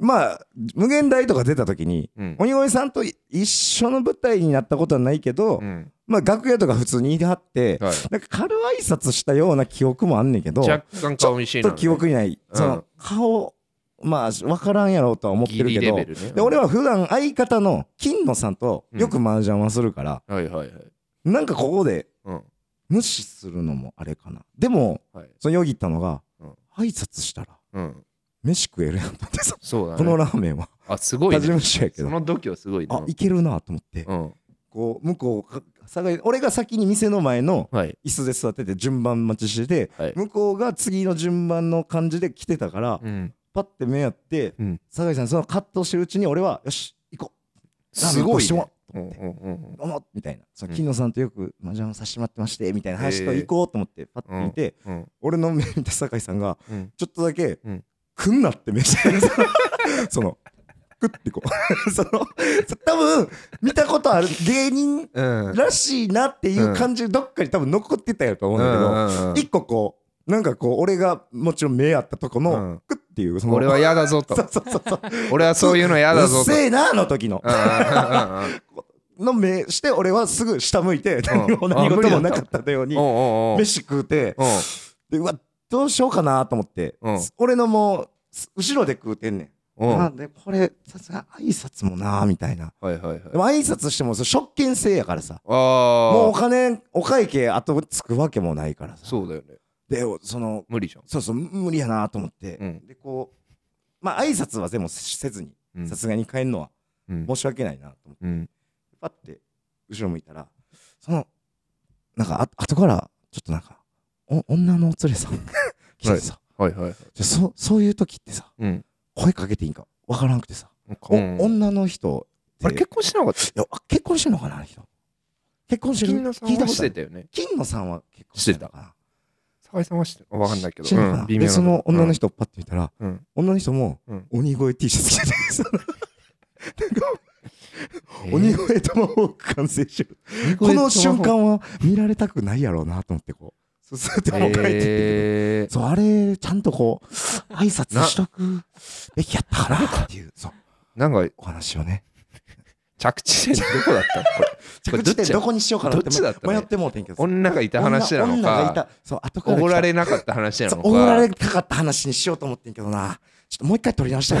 Speaker 2: まあ無限大とか出た時に
Speaker 1: うん
Speaker 2: 鬼越さんと一緒の舞台になったことはないけど、
Speaker 1: うん
Speaker 2: まあ楽屋とか普通にいてはって、
Speaker 1: はい
Speaker 2: なんか軽い挨拶したような記憶もあんねんけどちょ
Speaker 1: 若干顔見知
Speaker 2: っ
Speaker 1: りな
Speaker 2: と
Speaker 1: のね
Speaker 2: 記憶にない、
Speaker 1: うん
Speaker 2: その顔まあ分からんやろうとは思ってる
Speaker 1: ギ
Speaker 2: け
Speaker 1: リレ
Speaker 2: ど
Speaker 1: ベルね
Speaker 2: で俺は普段相方の金野さんとよく麻雀はするから、
Speaker 1: はいはいはい
Speaker 2: なんかここで
Speaker 1: うん
Speaker 2: 無視するのもあれかなでも
Speaker 1: はい
Speaker 2: そのよぎったのが、
Speaker 1: うん
Speaker 2: 挨拶したら
Speaker 1: うん
Speaker 2: 飯食えるやんと思ってさ
Speaker 1: そうだ
Speaker 2: この
Speaker 1: ね
Speaker 2: ラーメンは
Speaker 1: あすごい
Speaker 2: 初
Speaker 1: ね
Speaker 2: めましてやけ
Speaker 1: そ
Speaker 2: ど、
Speaker 1: の度胸すごいね
Speaker 2: あいけるなと思って、
Speaker 1: うん
Speaker 2: こう向こうか探り俺が先に店の前の
Speaker 1: はい
Speaker 2: 椅子で座ってて順番待ちしてて、
Speaker 1: はい
Speaker 2: 向こうが次の順番の感じで来てたから、
Speaker 1: うん
Speaker 2: パッて目やって、
Speaker 1: うん
Speaker 2: 酒井さんそのカットしてるうちに俺はよし行こう
Speaker 1: すごい
Speaker 2: ラーメン行
Speaker 1: ね
Speaker 2: こう
Speaker 1: う
Speaker 2: と
Speaker 1: んう
Speaker 2: 思って。
Speaker 1: んうん
Speaker 2: どうもみたいなその
Speaker 1: うん
Speaker 2: 金野さんとよく麻雀をさせてもらってましてみたいな話と
Speaker 1: へえ
Speaker 2: 行こうと思ってパッて見て、
Speaker 1: うん
Speaker 2: 俺の目見た酒井さんが
Speaker 1: うん
Speaker 2: ちょっとだけ
Speaker 1: うん
Speaker 2: 「くんな」って目してる そのくってこう その多分見たことある芸人
Speaker 1: うん
Speaker 2: らしいなっていう感じどっかに多分残ってたやと思うんだけど、
Speaker 1: うんうんうん
Speaker 2: 一個こうなんかこう俺がもちろん目あったとこ
Speaker 1: う
Speaker 2: の
Speaker 1: ん
Speaker 2: クッっていうその
Speaker 1: 俺は嫌だぞと
Speaker 2: そうそうそうそう
Speaker 1: 俺はそういうの嫌だぞ
Speaker 2: うっ
Speaker 1: と
Speaker 2: せえなの時の
Speaker 1: うんうんうんうん
Speaker 2: の目して俺はすぐ下向いて何も
Speaker 1: あ
Speaker 2: 何事も
Speaker 1: 無理だ
Speaker 2: な
Speaker 1: った
Speaker 2: かったように
Speaker 1: おうおうおう
Speaker 2: 飯食うて
Speaker 1: うん
Speaker 2: でうわどうしようかなと思って
Speaker 1: うん
Speaker 2: 俺のもうす後ろで食うてんねん
Speaker 1: うん
Speaker 2: あでこれさすが挨拶もなみたいな
Speaker 1: はいはいはい
Speaker 2: でも挨拶してもそれ職権制やからさ
Speaker 1: ああ
Speaker 2: もうお金お会計後つくわけもないからさ
Speaker 1: そうだよね
Speaker 2: でその
Speaker 1: 無理じゃん
Speaker 2: そうそう無理やなと思って、
Speaker 1: うん
Speaker 2: でこうまあ挨拶はでもせずに
Speaker 1: うん
Speaker 2: さすがに帰るのは
Speaker 1: うん
Speaker 2: 申し訳ないなと思って
Speaker 1: うん
Speaker 2: パッて後ろ向いたらそのなんかあ後からちょっとなんかお女のお連れさん 来てさ、
Speaker 1: はいはいはい
Speaker 2: じゃそそういう時ってさ
Speaker 1: うん
Speaker 2: 声かけていいんかわからんくてさ、
Speaker 1: う
Speaker 2: お
Speaker 1: ん
Speaker 2: 女の人って
Speaker 1: あれ結婚してなかった
Speaker 2: いやあ結婚してんのかなあの人結婚してる
Speaker 1: 金野さん
Speaker 2: 聞いた
Speaker 1: は
Speaker 2: こ
Speaker 1: し
Speaker 2: と
Speaker 1: て
Speaker 2: ある
Speaker 1: たよね
Speaker 2: 金野さんは結婚してんのかな
Speaker 1: 坂井さんはしてわかんないけど
Speaker 2: してんのかな
Speaker 1: うん微妙
Speaker 2: で
Speaker 1: な
Speaker 2: その女の
Speaker 1: 人
Speaker 2: 人をパッて見たら、
Speaker 1: うん
Speaker 2: 女の人も
Speaker 1: うん
Speaker 2: 鬼越 T シャツ着てて、その
Speaker 1: えー
Speaker 2: 鬼越トマホーク完成してる。この瞬間は見られたくないやろうなと思ってこう、スーッてもう帰ってって、
Speaker 1: えー
Speaker 2: そう、あれ、ちゃんとこう、挨拶しとくべきやったかなっていう、そう、
Speaker 1: なんか
Speaker 2: お話をね。
Speaker 1: 着地点どこだったのこれこれ
Speaker 2: 着
Speaker 1: どっ
Speaker 2: 地
Speaker 1: ちや
Speaker 2: 点どこにしようかなって
Speaker 1: どっちだったの
Speaker 2: 迷ってもうてんけどさ。
Speaker 1: 女がいた話なの
Speaker 2: 女女がい
Speaker 1: か
Speaker 2: た、そう、後か
Speaker 1: お
Speaker 2: ら来た。
Speaker 1: ごられなかった話な
Speaker 2: そう
Speaker 1: のか
Speaker 2: おごられたかった話にしようと思ってんけどな。ちょっともう一回取り直した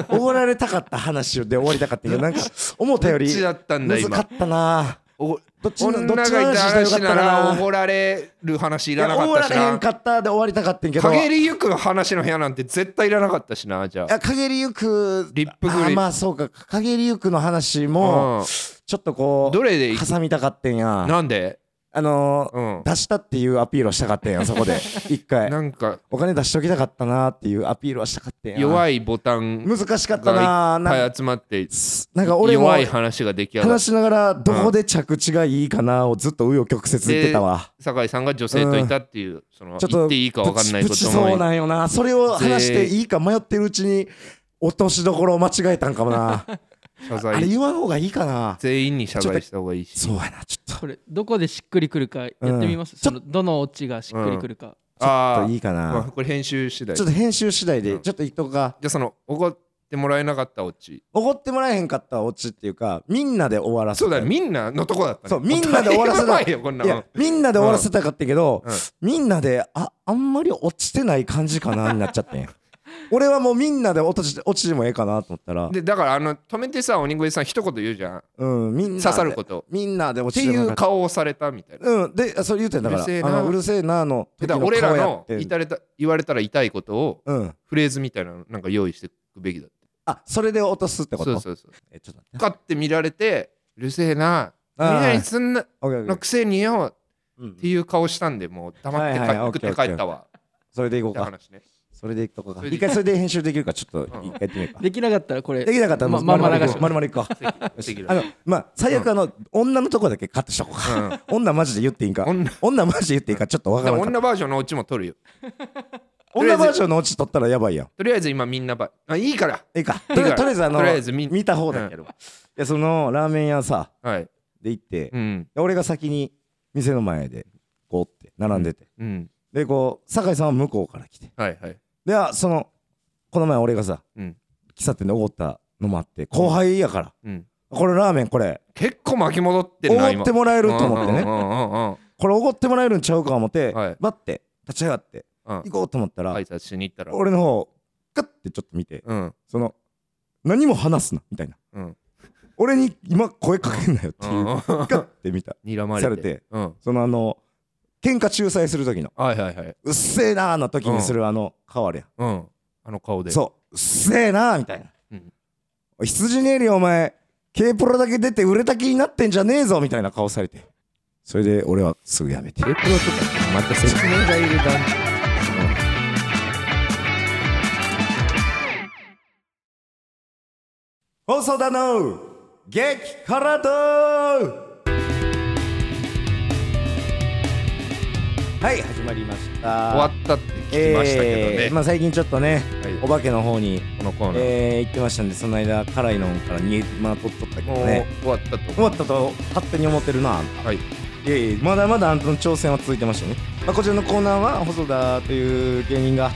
Speaker 2: よ。おごられたかった話で終わりたかったけど、なんか、思ったよ
Speaker 1: ど
Speaker 2: り
Speaker 1: っちだったんだ
Speaker 2: 難か
Speaker 1: 今
Speaker 2: ったな。
Speaker 1: おご
Speaker 2: どっちの
Speaker 1: 女
Speaker 2: どっ
Speaker 1: がい
Speaker 2: ちの
Speaker 1: た
Speaker 2: 話し
Speaker 1: 話
Speaker 2: たらよかった
Speaker 1: な
Speaker 2: かな
Speaker 1: らおごられる話い
Speaker 2: い
Speaker 1: らなかったし
Speaker 2: やおごられへ
Speaker 1: なん
Speaker 2: かったで終わりたかったんけど。
Speaker 1: 陰りゆく話の部屋なんて絶対いらなかったしなじゃ
Speaker 2: いや陰りゆく。
Speaker 1: リップグリ
Speaker 2: あまあそうか。陰りゆくの話も、
Speaker 1: あ、
Speaker 2: ちょっと
Speaker 1: う
Speaker 2: こ
Speaker 1: ん、
Speaker 2: う、
Speaker 1: どれでい
Speaker 2: 挟みたかってんや。
Speaker 1: なんで、
Speaker 2: あのー、
Speaker 1: うん、
Speaker 2: 出したっていうアピールをしたかったんや、そこで。一回。
Speaker 1: なんか
Speaker 2: お金出しときたかったなっていうアピールはしたかったんや。
Speaker 1: 弱
Speaker 2: い。
Speaker 1: いボタン
Speaker 2: 難しかったな。なんか
Speaker 1: がいっぱい集まって
Speaker 2: なんか俺も
Speaker 1: 弱い話が出来上がっ
Speaker 2: 話
Speaker 1: て
Speaker 2: しながらどこで着地がいいかなをずっと紆余曲折言ってたわ。
Speaker 1: 酒井さんが女性といたっていう、その
Speaker 2: ちょっと
Speaker 1: 言っていいか分かんない
Speaker 2: プ
Speaker 1: こ
Speaker 2: チ
Speaker 1: と
Speaker 2: そう
Speaker 1: も
Speaker 2: なんよな。それを話して
Speaker 1: で
Speaker 2: いいか迷ってるうちに落としどころを間違えたんかも な。
Speaker 1: 謝
Speaker 2: あれ
Speaker 1: 罪
Speaker 2: 言わん方がいいかな。
Speaker 1: 全員に謝罪した方がいいし
Speaker 2: そうやな。ちょっと
Speaker 3: これどこでしっくりくるかやってみます、
Speaker 2: うん
Speaker 3: そのどのオチがしっくりくるか、
Speaker 1: あ
Speaker 2: いいか
Speaker 1: あ、まあ、
Speaker 2: な。
Speaker 1: これ編集次第
Speaker 2: ちょ
Speaker 1: じ
Speaker 2: っと編集次第
Speaker 1: う
Speaker 2: で
Speaker 1: ん
Speaker 2: ちょっと言っとくか。
Speaker 1: ゃあそのおごってもらえなかったオチ
Speaker 2: 怒ってもらえへんかったオチっていうかみんなで終わらせ
Speaker 1: そうだ
Speaker 2: た
Speaker 1: ね
Speaker 2: い。
Speaker 1: みんなのとこだったね
Speaker 2: そうみんなで終わらせた
Speaker 1: だいよこんないの
Speaker 2: やみんなで終わらせたかったけど
Speaker 1: うんうん
Speaker 2: みんなでああんまり落ちてない感じかなになっちゃってんや。 俺はもうみんなで落とし落ちてもええかなと思ったら、
Speaker 1: でだからあの止めてさ鬼越さん一言言うじゃん
Speaker 2: うん、みんなで
Speaker 1: 刺さること
Speaker 2: みんなで落
Speaker 1: って
Speaker 2: ちても
Speaker 1: いう
Speaker 2: よかった
Speaker 1: 顔をされたみたいな。
Speaker 2: うん、で、そう言うてんだから、
Speaker 1: うるせえ
Speaker 2: あ
Speaker 1: な
Speaker 2: のうるせえなの時
Speaker 1: だから
Speaker 2: の
Speaker 1: 俺ら
Speaker 2: 顔や
Speaker 1: の
Speaker 2: ってん
Speaker 1: いたれた言われたら痛いことを
Speaker 2: うん。
Speaker 1: フレーズみたいなのなんか用意していくべきだって。
Speaker 2: あ、それで落とすってこ
Speaker 1: そう
Speaker 2: と
Speaker 1: そうそう。
Speaker 2: え、ちょっと待って。
Speaker 1: かって見られてうるせえな。
Speaker 2: あー
Speaker 1: 何々すんな
Speaker 2: オッケーオッケ
Speaker 1: の
Speaker 2: ー
Speaker 1: くせによ
Speaker 2: うん
Speaker 1: っていう顔したんでもう黙って帰
Speaker 2: はいはい
Speaker 1: 送って帰ったわ
Speaker 2: それでいこ
Speaker 1: っ
Speaker 2: う
Speaker 1: て
Speaker 2: か。
Speaker 1: 話 ね。
Speaker 2: それでいこうか。
Speaker 1: それで
Speaker 2: 一回それで編集できるか、ちょっと
Speaker 1: うん
Speaker 2: 一回やってみるか。
Speaker 3: できなかったらこれ
Speaker 2: できなかったら、
Speaker 3: ま
Speaker 2: もう
Speaker 3: まま
Speaker 2: 丸
Speaker 3: 流
Speaker 2: 々行
Speaker 3: し
Speaker 2: こう
Speaker 3: ま
Speaker 2: 丸々行こう。
Speaker 1: できる
Speaker 2: あの、まあ、最悪あの、女のとこだけカットしとこうか。
Speaker 1: うん
Speaker 2: 女マジで言っていいんか。
Speaker 1: 女
Speaker 2: 女マジで言っていいんか、ちょっとわ
Speaker 1: で
Speaker 2: からん
Speaker 1: も
Speaker 2: かった。
Speaker 1: 女バージョンのオチも取るよ。
Speaker 2: 女バージョンのオチ取ったらやばいやん。
Speaker 1: とりあえず今みんなばあいいから。
Speaker 2: いいか。
Speaker 1: い
Speaker 2: と
Speaker 1: いか
Speaker 2: り
Speaker 1: ら
Speaker 2: あえずあの
Speaker 1: とりあえず見、
Speaker 2: 見た方だけど。いや、その、ラーメン屋さ、
Speaker 1: はい。
Speaker 2: で行って、
Speaker 1: うん
Speaker 2: で俺が先に店の前でこうって並んでて、
Speaker 1: うん
Speaker 2: でこう酒井さんは向こうから来て
Speaker 1: はいはい。
Speaker 2: であそのこの前俺がさ、
Speaker 1: うん
Speaker 2: 喫茶店でおごったのもあって後輩やから、
Speaker 1: うん
Speaker 2: これラーメンこれ
Speaker 1: 結構巻き戻って
Speaker 2: お
Speaker 1: ん
Speaker 2: ご
Speaker 1: な今。
Speaker 2: ってもらえると思って
Speaker 1: う
Speaker 2: ね、
Speaker 1: んうんうんうん
Speaker 2: これおごってもらえるんちゃうか思って、
Speaker 1: はい
Speaker 2: バッて立ち上がって
Speaker 1: うん
Speaker 2: 行こうと思ったら、
Speaker 1: 挨拶しに行ったら。
Speaker 2: 俺の方ガッてちょっと見て
Speaker 1: うん
Speaker 2: その何も話すなみたいな
Speaker 1: うん
Speaker 2: 俺に今声かけんなよって
Speaker 1: う
Speaker 2: い
Speaker 1: ん
Speaker 2: う、ガッて見た
Speaker 1: 睨まれて。
Speaker 2: されて
Speaker 1: うん。
Speaker 2: そのあの喧嘩仲裁する時の
Speaker 1: はいはいはい。
Speaker 2: うっせえなーの時にするあの変わるやん、
Speaker 1: うん。あの顔で。
Speaker 2: そううっせえなーみたいな、
Speaker 1: うん
Speaker 2: おい羊ねえりお前 K プロだけ出て売れた気になってんじゃねえぞみたいな顔されてそれで俺はすぐやめて
Speaker 1: え、これはちょっとまた説明がいるだ
Speaker 2: 細田の激辛道はい始まりました
Speaker 1: 終わったって聞きましたけ
Speaker 2: え
Speaker 1: ど
Speaker 2: ー
Speaker 1: ね。
Speaker 2: まあ、最近ちょっとね
Speaker 1: はい
Speaker 2: お化けの方に、
Speaker 1: このコーナー。
Speaker 2: えー行ってましたんでその間辛いのから逃げまあ取っとったけど
Speaker 1: もう
Speaker 2: ね
Speaker 1: 終わったと。
Speaker 2: 終わったと勝手に思ってるなあんた
Speaker 1: はい。
Speaker 2: いやいやまだまだあの挑戦は続いてましたね、まあ、こちらのコーナーは細田という芸人が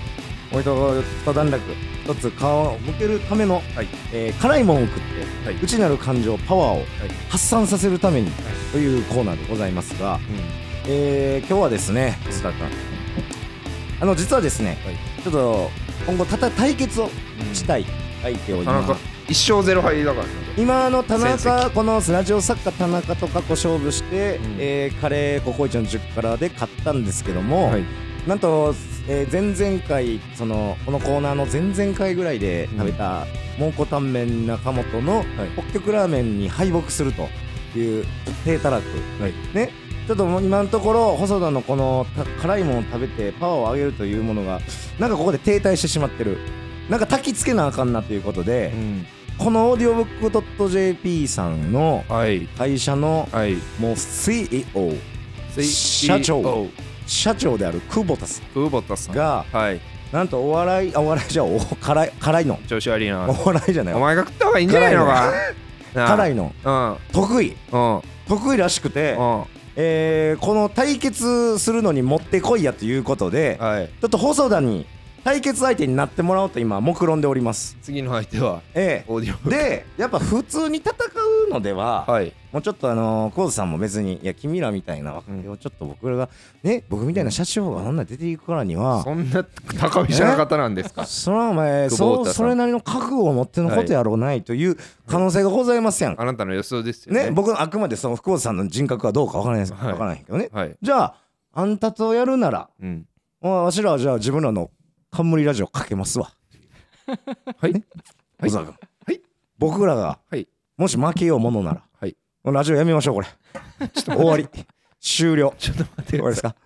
Speaker 2: 俺と二段落一つ顔を向けるための、
Speaker 1: はい
Speaker 2: えー辛いもんを食って、
Speaker 1: はいう
Speaker 2: ちなる感情パワーを発散させるために、というコーナーでございますが、えー今日はですね須田君あの実はですね、
Speaker 1: はい
Speaker 2: ちょっと今後たた対決を
Speaker 1: うん
Speaker 2: したい相手を
Speaker 1: 田
Speaker 2: 今
Speaker 1: 中、一生ゼロ敗だからね。
Speaker 2: 今の田
Speaker 1: 成
Speaker 2: 中
Speaker 1: 績
Speaker 2: このラジオ作家田中と過去勝負して、
Speaker 1: うん
Speaker 2: えーカレーココイチの10からで勝ったんですけども、
Speaker 1: はい
Speaker 2: なんと、えー前々回そのこのコーナーの前々回ぐらいで食べた蒙古タンメン中本の北極ラーメンに敗北するというちょっと低たらく、
Speaker 1: はい
Speaker 2: ねちょっともう今のところ細田のこのた辛いものを食べてパワーを上げるというものがなんかここで停滞してしまってるなんか焚きつけなあかんなということで、
Speaker 1: うん。
Speaker 2: このオーディオブックドット JP さんの
Speaker 1: はい。
Speaker 2: 会社の
Speaker 1: はい。
Speaker 2: もう CEO
Speaker 1: CEO
Speaker 2: 社長。社長である久保田さ
Speaker 1: 久保田さ
Speaker 2: ん
Speaker 1: ん。
Speaker 2: が
Speaker 1: はい。
Speaker 2: なんとお笑いあお笑いじゃお辛い辛いの
Speaker 1: 調子悪いな。
Speaker 2: お笑いじゃない
Speaker 1: お前が食った方がいいんじゃないのか。
Speaker 2: 辛
Speaker 1: い。
Speaker 2: いの
Speaker 1: うん。
Speaker 2: 得意
Speaker 1: うん。
Speaker 2: 得意らしくて、
Speaker 1: う
Speaker 2: えーこの対決するのに持ってこいやということで
Speaker 1: ん。はい。
Speaker 2: ちょっと細田に対決相手になってもらおうと今目論んでおります
Speaker 1: 次の相手は
Speaker 2: ええ
Speaker 1: オーディオ。
Speaker 2: でやっぱ普通に戦うのでは、
Speaker 1: はい。
Speaker 2: もうちょっとあのー、コーズさんも別に、いや、君らみたいな若手をちょっと僕らが、ね、僕みたいな社長がそんな出ていくからには、
Speaker 1: そんな高飛車な方なんですか。
Speaker 2: それはお前、
Speaker 1: 久保
Speaker 2: そ
Speaker 1: 田さ
Speaker 2: うんそれなりの覚悟を持ってのことやろうないという可能性がございますやんか。
Speaker 1: あなたの予想ですよね。
Speaker 2: ね、僕はあくまでその福本さんの人格はどうかわからないです、わ
Speaker 1: はい
Speaker 2: からないけどね。
Speaker 1: はい。
Speaker 2: じゃあ、あんたとやるなら、
Speaker 1: うん。
Speaker 2: まあわしらはじゃあ自分らの冠ラジオかけますわ、
Speaker 1: はい。はい
Speaker 2: 小沢君。
Speaker 1: はい
Speaker 2: 僕らが、
Speaker 1: はい
Speaker 2: もし負けようものなら、
Speaker 1: はい
Speaker 2: もうラジオやめましょう、 これ。ちょっと終わり。終了。
Speaker 1: ちょっと待って
Speaker 2: 終
Speaker 1: く
Speaker 2: わ
Speaker 1: だ
Speaker 2: りです
Speaker 1: さ
Speaker 2: か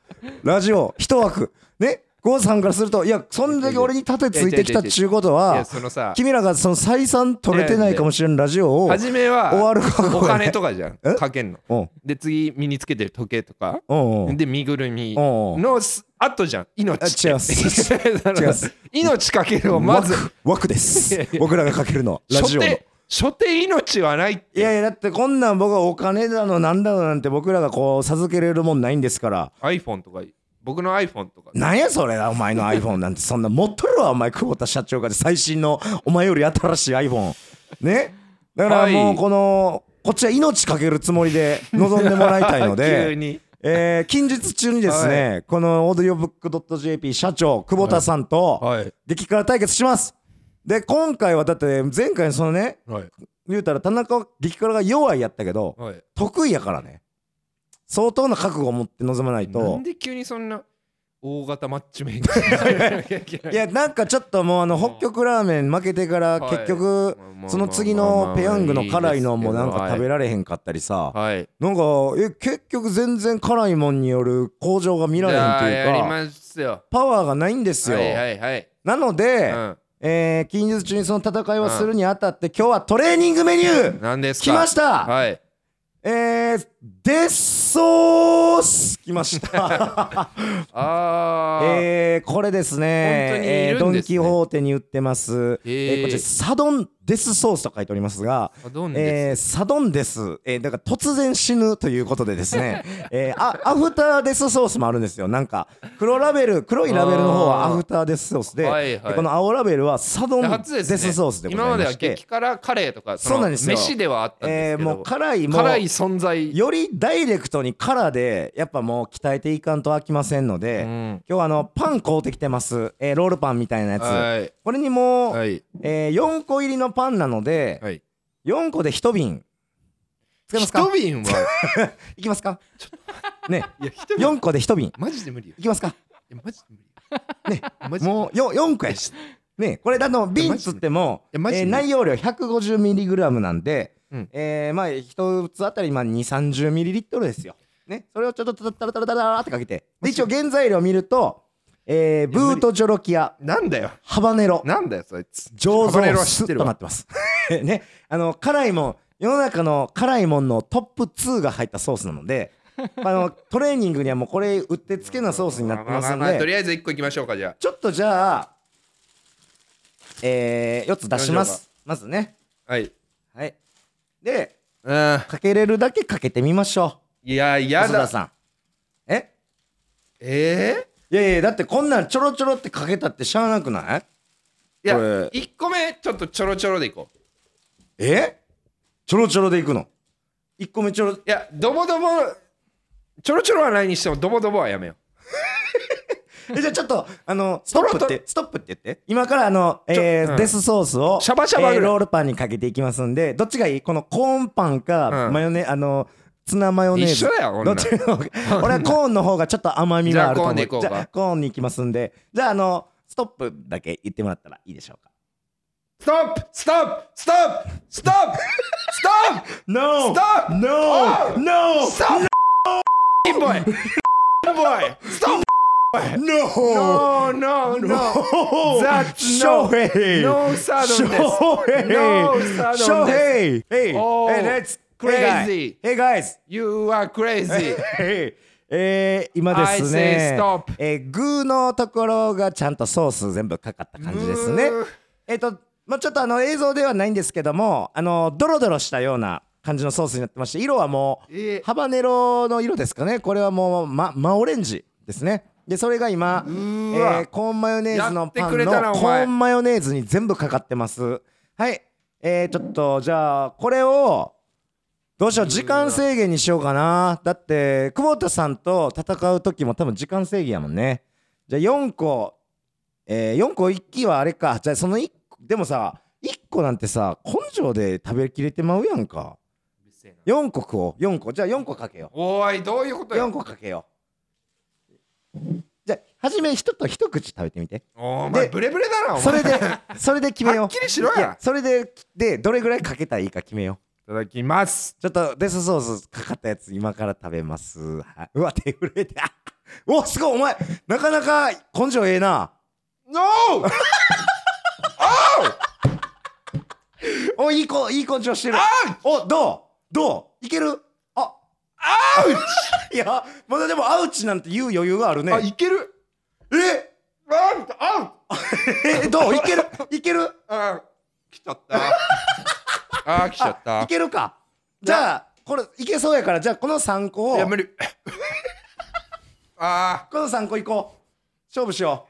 Speaker 2: ラジオ一枠ねゴーさんからするといやそんだけ俺に盾ついてきたっちゅうこと
Speaker 1: い。いや
Speaker 2: は
Speaker 1: そのさ、
Speaker 2: 君らがその採算取れてないかもしれんラジオを終
Speaker 1: 初めは
Speaker 2: わる か
Speaker 1: お金とか じゃん
Speaker 2: え。
Speaker 1: かけんの。
Speaker 2: うん
Speaker 1: で次身につけてる時計とか。
Speaker 2: う んうん
Speaker 1: で身ぐるみ
Speaker 2: うんうん
Speaker 1: のす後じゃん。命 って。
Speaker 2: あ違います違います
Speaker 1: 命かけるをまず
Speaker 2: 枠枠です
Speaker 1: いやいや
Speaker 2: 僕らがかけるのラジオの
Speaker 1: 初手初手命はないっ
Speaker 2: い
Speaker 1: て。
Speaker 2: やいやだってこんなん僕はお金だのなんだのなんて僕らがこう授けれるもんないんですから
Speaker 1: iPhone とか僕の iPhone とか。
Speaker 2: なんやそれお前の iPhone なんてそんな持っとるわお前久保田社長が最新のお前より新しい iPhone ねだからもうこのこっちは命かけるつもりで臨んでもらいたいので
Speaker 1: 急に。
Speaker 2: えー近日中にですね、このオーディオブックドット JP 社長、久保田さんと、
Speaker 1: はい
Speaker 2: 激辛対決しますで、今回はだって、前回そのね、
Speaker 1: はい
Speaker 2: 言うたら田中は激辛が弱いやったけど、
Speaker 1: はい
Speaker 2: 得意やからね。相当な覚悟を持って臨まない
Speaker 1: な
Speaker 2: と
Speaker 1: ん。で急にそんな大型マッチメイクしなきゃいけない
Speaker 2: いや、なんかちょっともう、あの、北極ラーメン負けてから、
Speaker 1: はい
Speaker 2: 結局、その次のペヤングの辛いのもなんか食べ
Speaker 1: ら
Speaker 2: られへんかったりさ、
Speaker 1: はい
Speaker 2: なんか、え、結局全然辛いもんによる向上が見られへんと
Speaker 1: じゃあや
Speaker 2: いう
Speaker 1: り
Speaker 2: か、
Speaker 1: ますよ
Speaker 2: パワーがないんですよ。
Speaker 1: はいはいはい
Speaker 2: なので、
Speaker 1: う
Speaker 2: えー近日中にその戦いをするにあたって、今日はトレーニングメニュ
Speaker 1: ん
Speaker 2: ー
Speaker 1: 何ですか
Speaker 2: 来ました、
Speaker 1: はい
Speaker 2: えー、デッソース来ました。
Speaker 1: あー
Speaker 2: えー、これです
Speaker 1: 本当にい
Speaker 2: ね、えー
Speaker 1: る
Speaker 2: ド
Speaker 1: ん
Speaker 2: ン・
Speaker 1: ですね
Speaker 2: キホーテに売ってます、え
Speaker 1: へー
Speaker 2: ーこちらサドンデスソースと書いておりますが、
Speaker 1: あどんです
Speaker 2: えー、サドンデス、えー、だから突然死ぬということでですね、 えー、あアフターデスソースもあるんですよなんか黒ラベル黒いラベルの方は
Speaker 1: あー
Speaker 2: アフターデスソースで,、
Speaker 1: はいはい
Speaker 2: でこの青ラベルはサドン
Speaker 1: 初
Speaker 2: デ
Speaker 1: ですね
Speaker 2: スソースでござ
Speaker 1: 今ま
Speaker 2: い
Speaker 1: で
Speaker 2: ま
Speaker 1: は
Speaker 2: して
Speaker 1: 激辛カレーとかの
Speaker 2: そうなんですよ
Speaker 1: 飯ではあったんです
Speaker 2: えー、
Speaker 1: け
Speaker 2: もう
Speaker 1: ど
Speaker 2: 辛いもう
Speaker 1: 辛い存在
Speaker 2: よりダイレクトに辛でやっぱもう鍛えていかんと飽きませんので、
Speaker 1: うん
Speaker 2: 今日はあのパン買うてきてます、えー、ロールパンみたいなやつ、
Speaker 1: はい
Speaker 2: これにもう、
Speaker 1: はい
Speaker 2: えー、4個入りのパンなので、
Speaker 1: はい
Speaker 2: 4個で1瓶使いますか
Speaker 1: 一瓶 はい
Speaker 2: きますかね
Speaker 1: いや一瓶
Speaker 2: 4個で1瓶
Speaker 1: マジで無理よ
Speaker 2: いきますか
Speaker 1: いやマジで無理
Speaker 2: ね
Speaker 1: マジで
Speaker 2: もうよ4個やしねこれだと瓶つっても、
Speaker 1: い
Speaker 2: え
Speaker 1: やマジで
Speaker 2: ー内容量 150mg なんで、
Speaker 1: うん
Speaker 2: えーまあ1つあたりまあ2 3 0トルですよ、ね、それをちょっとタラタラタラタラってかけてで一応原材料見ると、えー、ブートジョロキア
Speaker 1: なんだよ
Speaker 2: ハバネロ
Speaker 1: なんだよそいつ
Speaker 2: 醸
Speaker 1: ハバネロ
Speaker 2: 造
Speaker 1: は
Speaker 2: ス
Speaker 1: 知ってる
Speaker 2: ッと
Speaker 1: わ
Speaker 2: なってます ねあの辛いもん世の中の辛いもんのトップ2が入ったソースなの であのトレーニングにはもうこれうってつけなソースになってますん
Speaker 1: あああと
Speaker 2: で
Speaker 1: りあえず一個いきましょうかじゃ
Speaker 2: ちょっとじゃあえ4つ出しますまずね
Speaker 1: あはい
Speaker 2: はいで
Speaker 1: うん
Speaker 2: かけれるだけかけてみましょ
Speaker 1: いや
Speaker 2: う
Speaker 1: や
Speaker 2: 細田
Speaker 1: だ
Speaker 2: さんえ
Speaker 1: え
Speaker 2: いやいやだってこんなんちょろちょろってかけたってしゃあなくない
Speaker 1: えいや
Speaker 2: これ
Speaker 1: 1個目ちょっとちょろちょろでいこう
Speaker 2: えちょろちょろでいくの1個目ちょろ
Speaker 1: いやドボドボちょろちょろはないにしてもドボドボはやめよ
Speaker 2: えじゃあちょっとあのストップ
Speaker 1: トロ
Speaker 2: っ
Speaker 1: トロ
Speaker 2: てストップって言って今からあの、えー
Speaker 1: うん
Speaker 2: デスソースを
Speaker 1: シャバシャバぐらい
Speaker 2: えーロールパンにかけていきますんでどっちがいいこのコーンパンか、
Speaker 1: うん
Speaker 2: マヨネあのツナマヨネーズ
Speaker 1: 一緒だよこん
Speaker 2: ど
Speaker 1: なん
Speaker 2: っち の方が俺はコーンの方がちょっと甘みがあると思う
Speaker 1: じゃあコーンでいこうか
Speaker 2: じゃあコーンに行きますんでじゃああのストップだけ言ってもらったらいいでしょうか
Speaker 1: ストップストップストップストップスト ップ
Speaker 2: No!
Speaker 1: Stop!
Speaker 2: No! No!
Speaker 1: ストップボイボイストップ
Speaker 2: No!
Speaker 1: No no no That's
Speaker 2: No!
Speaker 1: no
Speaker 2: Shohei!
Speaker 1: No sudden です No
Speaker 2: Shohei!
Speaker 1: sudden this
Speaker 2: Shohei! Hey!
Speaker 1: Oh,
Speaker 2: Hey, that's crazy!
Speaker 1: crazy.
Speaker 2: Hey guys!
Speaker 1: You are crazy
Speaker 2: Hey! えー、今ですね
Speaker 1: I say stop.、
Speaker 2: えー、グーのところがちゃんとソース全部かかった感じですね
Speaker 1: グー。
Speaker 2: えっ、と、まあ、ちょっとあの映像ではないんですけども、あのドロドロしたような感じのソースになってまして、色はもう、
Speaker 1: えー
Speaker 2: ハバネロの色ですかね、これはもう、ま、真オレンジですね。で、それが今、え
Speaker 1: ーわ
Speaker 2: ーコーンマヨネーズのパ
Speaker 1: やってく
Speaker 2: ン
Speaker 1: れたな
Speaker 2: の
Speaker 1: お
Speaker 2: コー
Speaker 1: 前
Speaker 2: ンマヨネーズに全部かかってます。はい。えー、ちょっと、じゃあ、これを、どうしよう時間制限にしようかなだって久保田さんと戦う時も多分時間制限やもんねじゃあ4個えー、4個1機はあれかじゃあその1個でもさ1個なんてさ根性で食べきれてまうやんか4個食おう4個じゃあ4個かけよ
Speaker 1: おいどういうこ
Speaker 2: う
Speaker 1: と
Speaker 2: 4
Speaker 1: よ
Speaker 2: 個かけようじゃあ初め一と一口食べてみて
Speaker 1: お前
Speaker 2: で
Speaker 1: ブレブレだなお前
Speaker 2: それでそれで決めよう
Speaker 1: はっきりしろや
Speaker 2: いそれででどれぐらいかけたらいいか決めよう
Speaker 1: いただきます
Speaker 2: ちょっとデスソースかかったやつ今から食べます。はいうわ、手震えて。あおすごいお前なかなか根性ええな。
Speaker 1: No
Speaker 2: お、いい子、いい根性してる。お、どうどういけるあ、
Speaker 1: アウチ
Speaker 2: いや、まだでもアウチなんて言う余裕があるね
Speaker 1: あ。いける
Speaker 2: え
Speaker 1: アウトアウト
Speaker 2: え、どういけるいける
Speaker 1: あー来ちゃった。 あー来ちゃっ
Speaker 2: あ
Speaker 1: た。
Speaker 2: いけるか。じゃあ、これ、いけそうやから、じゃあこの3個を、
Speaker 1: いや
Speaker 2: こ
Speaker 1: 無 理。あ
Speaker 2: の3個いこう。勝負しよ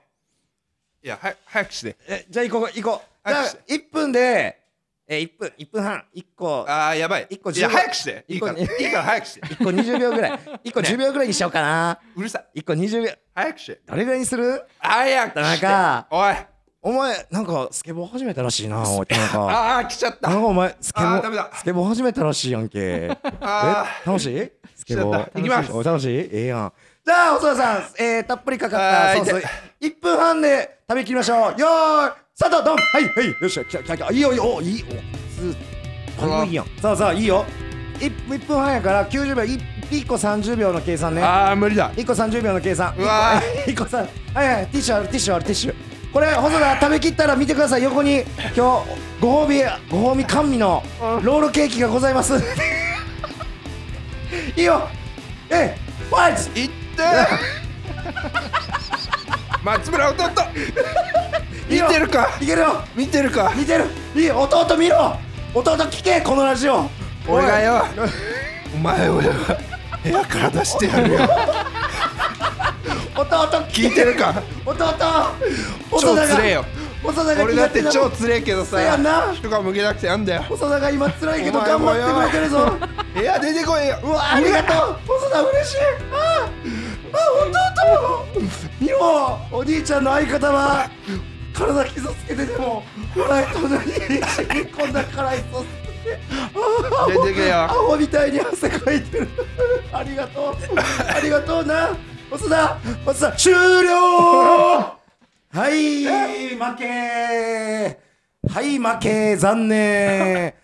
Speaker 2: う。
Speaker 1: ーいやは早くして。
Speaker 2: えじゃあ行こう行こう。じゃあ
Speaker 1: 拍手
Speaker 2: 1分で、えー、1分、1分半、1個、
Speaker 1: ああ、やばい。
Speaker 2: 一個
Speaker 1: いや、
Speaker 2: 15
Speaker 1: 早くして。いいから、い
Speaker 2: 一
Speaker 1: いから早くして。
Speaker 2: 1個20秒 ぐらい。1個10秒ぐらいにしようかな。
Speaker 1: うるさい。
Speaker 2: 1個20秒。
Speaker 1: 早くして。
Speaker 2: どれぐらいにする
Speaker 1: 早く
Speaker 2: 田
Speaker 1: して。
Speaker 2: 中、
Speaker 1: おい。
Speaker 2: お前、なんかスケボー始めたらしい な、おい、田中。
Speaker 1: ああ、来ちゃった。
Speaker 2: 田中、お前、スケボ
Speaker 1: あーダメだ
Speaker 2: ー、スケボー始めたらしいやんけ。
Speaker 1: あ
Speaker 2: え楽しいスケボ
Speaker 1: ちょっと
Speaker 2: ー
Speaker 1: 行きます
Speaker 2: お楽しいええやんじゃあ細田さん、えー、たっぷりかか
Speaker 1: あ
Speaker 2: っ
Speaker 1: ー
Speaker 2: たソース1分半で食べきりましょうよーいスタートドンはいはいよっしゃきたきたきたいいよいいよおいいおすだいぶいいやんさあさあいいよ 1, 1分半やから90秒 1, 1個30秒の計算ね
Speaker 1: ああ、無理だ。
Speaker 2: 1個30秒の計算
Speaker 1: うわ
Speaker 2: 1個さはいはいティッシュあるティッシュあるティッシュこれ細田食べきったら見てください横に今日ご褒美ご褒美甘味のロールケーキがございます いいよえファイズ
Speaker 1: いって 松村弟
Speaker 2: いいよ
Speaker 1: 見てるか
Speaker 2: いけるよ
Speaker 1: 見てるか
Speaker 2: 見てるいい弟見ろ弟聞けこのラジオ
Speaker 1: 俺がよお前をよ部屋から出してやるよ
Speaker 2: 弟
Speaker 1: 聞いてるか
Speaker 2: 弟細
Speaker 1: 超
Speaker 2: 田が
Speaker 1: つれえよ
Speaker 2: 細田が
Speaker 1: 俺だって
Speaker 2: 苦手な
Speaker 1: 超つれえけど
Speaker 2: そうやん
Speaker 1: さ
Speaker 2: な
Speaker 1: 人が向けなくてやんだよ
Speaker 2: 細田が今辛いけど
Speaker 1: お前
Speaker 2: 頑
Speaker 1: もよ
Speaker 2: 張ってくれてるぞ
Speaker 1: 部屋出てこいよ
Speaker 2: うわありがとう細田嬉しいあああ弟見ろお兄ちゃんの相方は体傷つけてでも笑いと同じに一緒にこんな辛いソースあ
Speaker 1: 出てけよ
Speaker 2: あアホみたいに汗かいてるありがとうありがとうな細田細田終了はい負けはい負け残念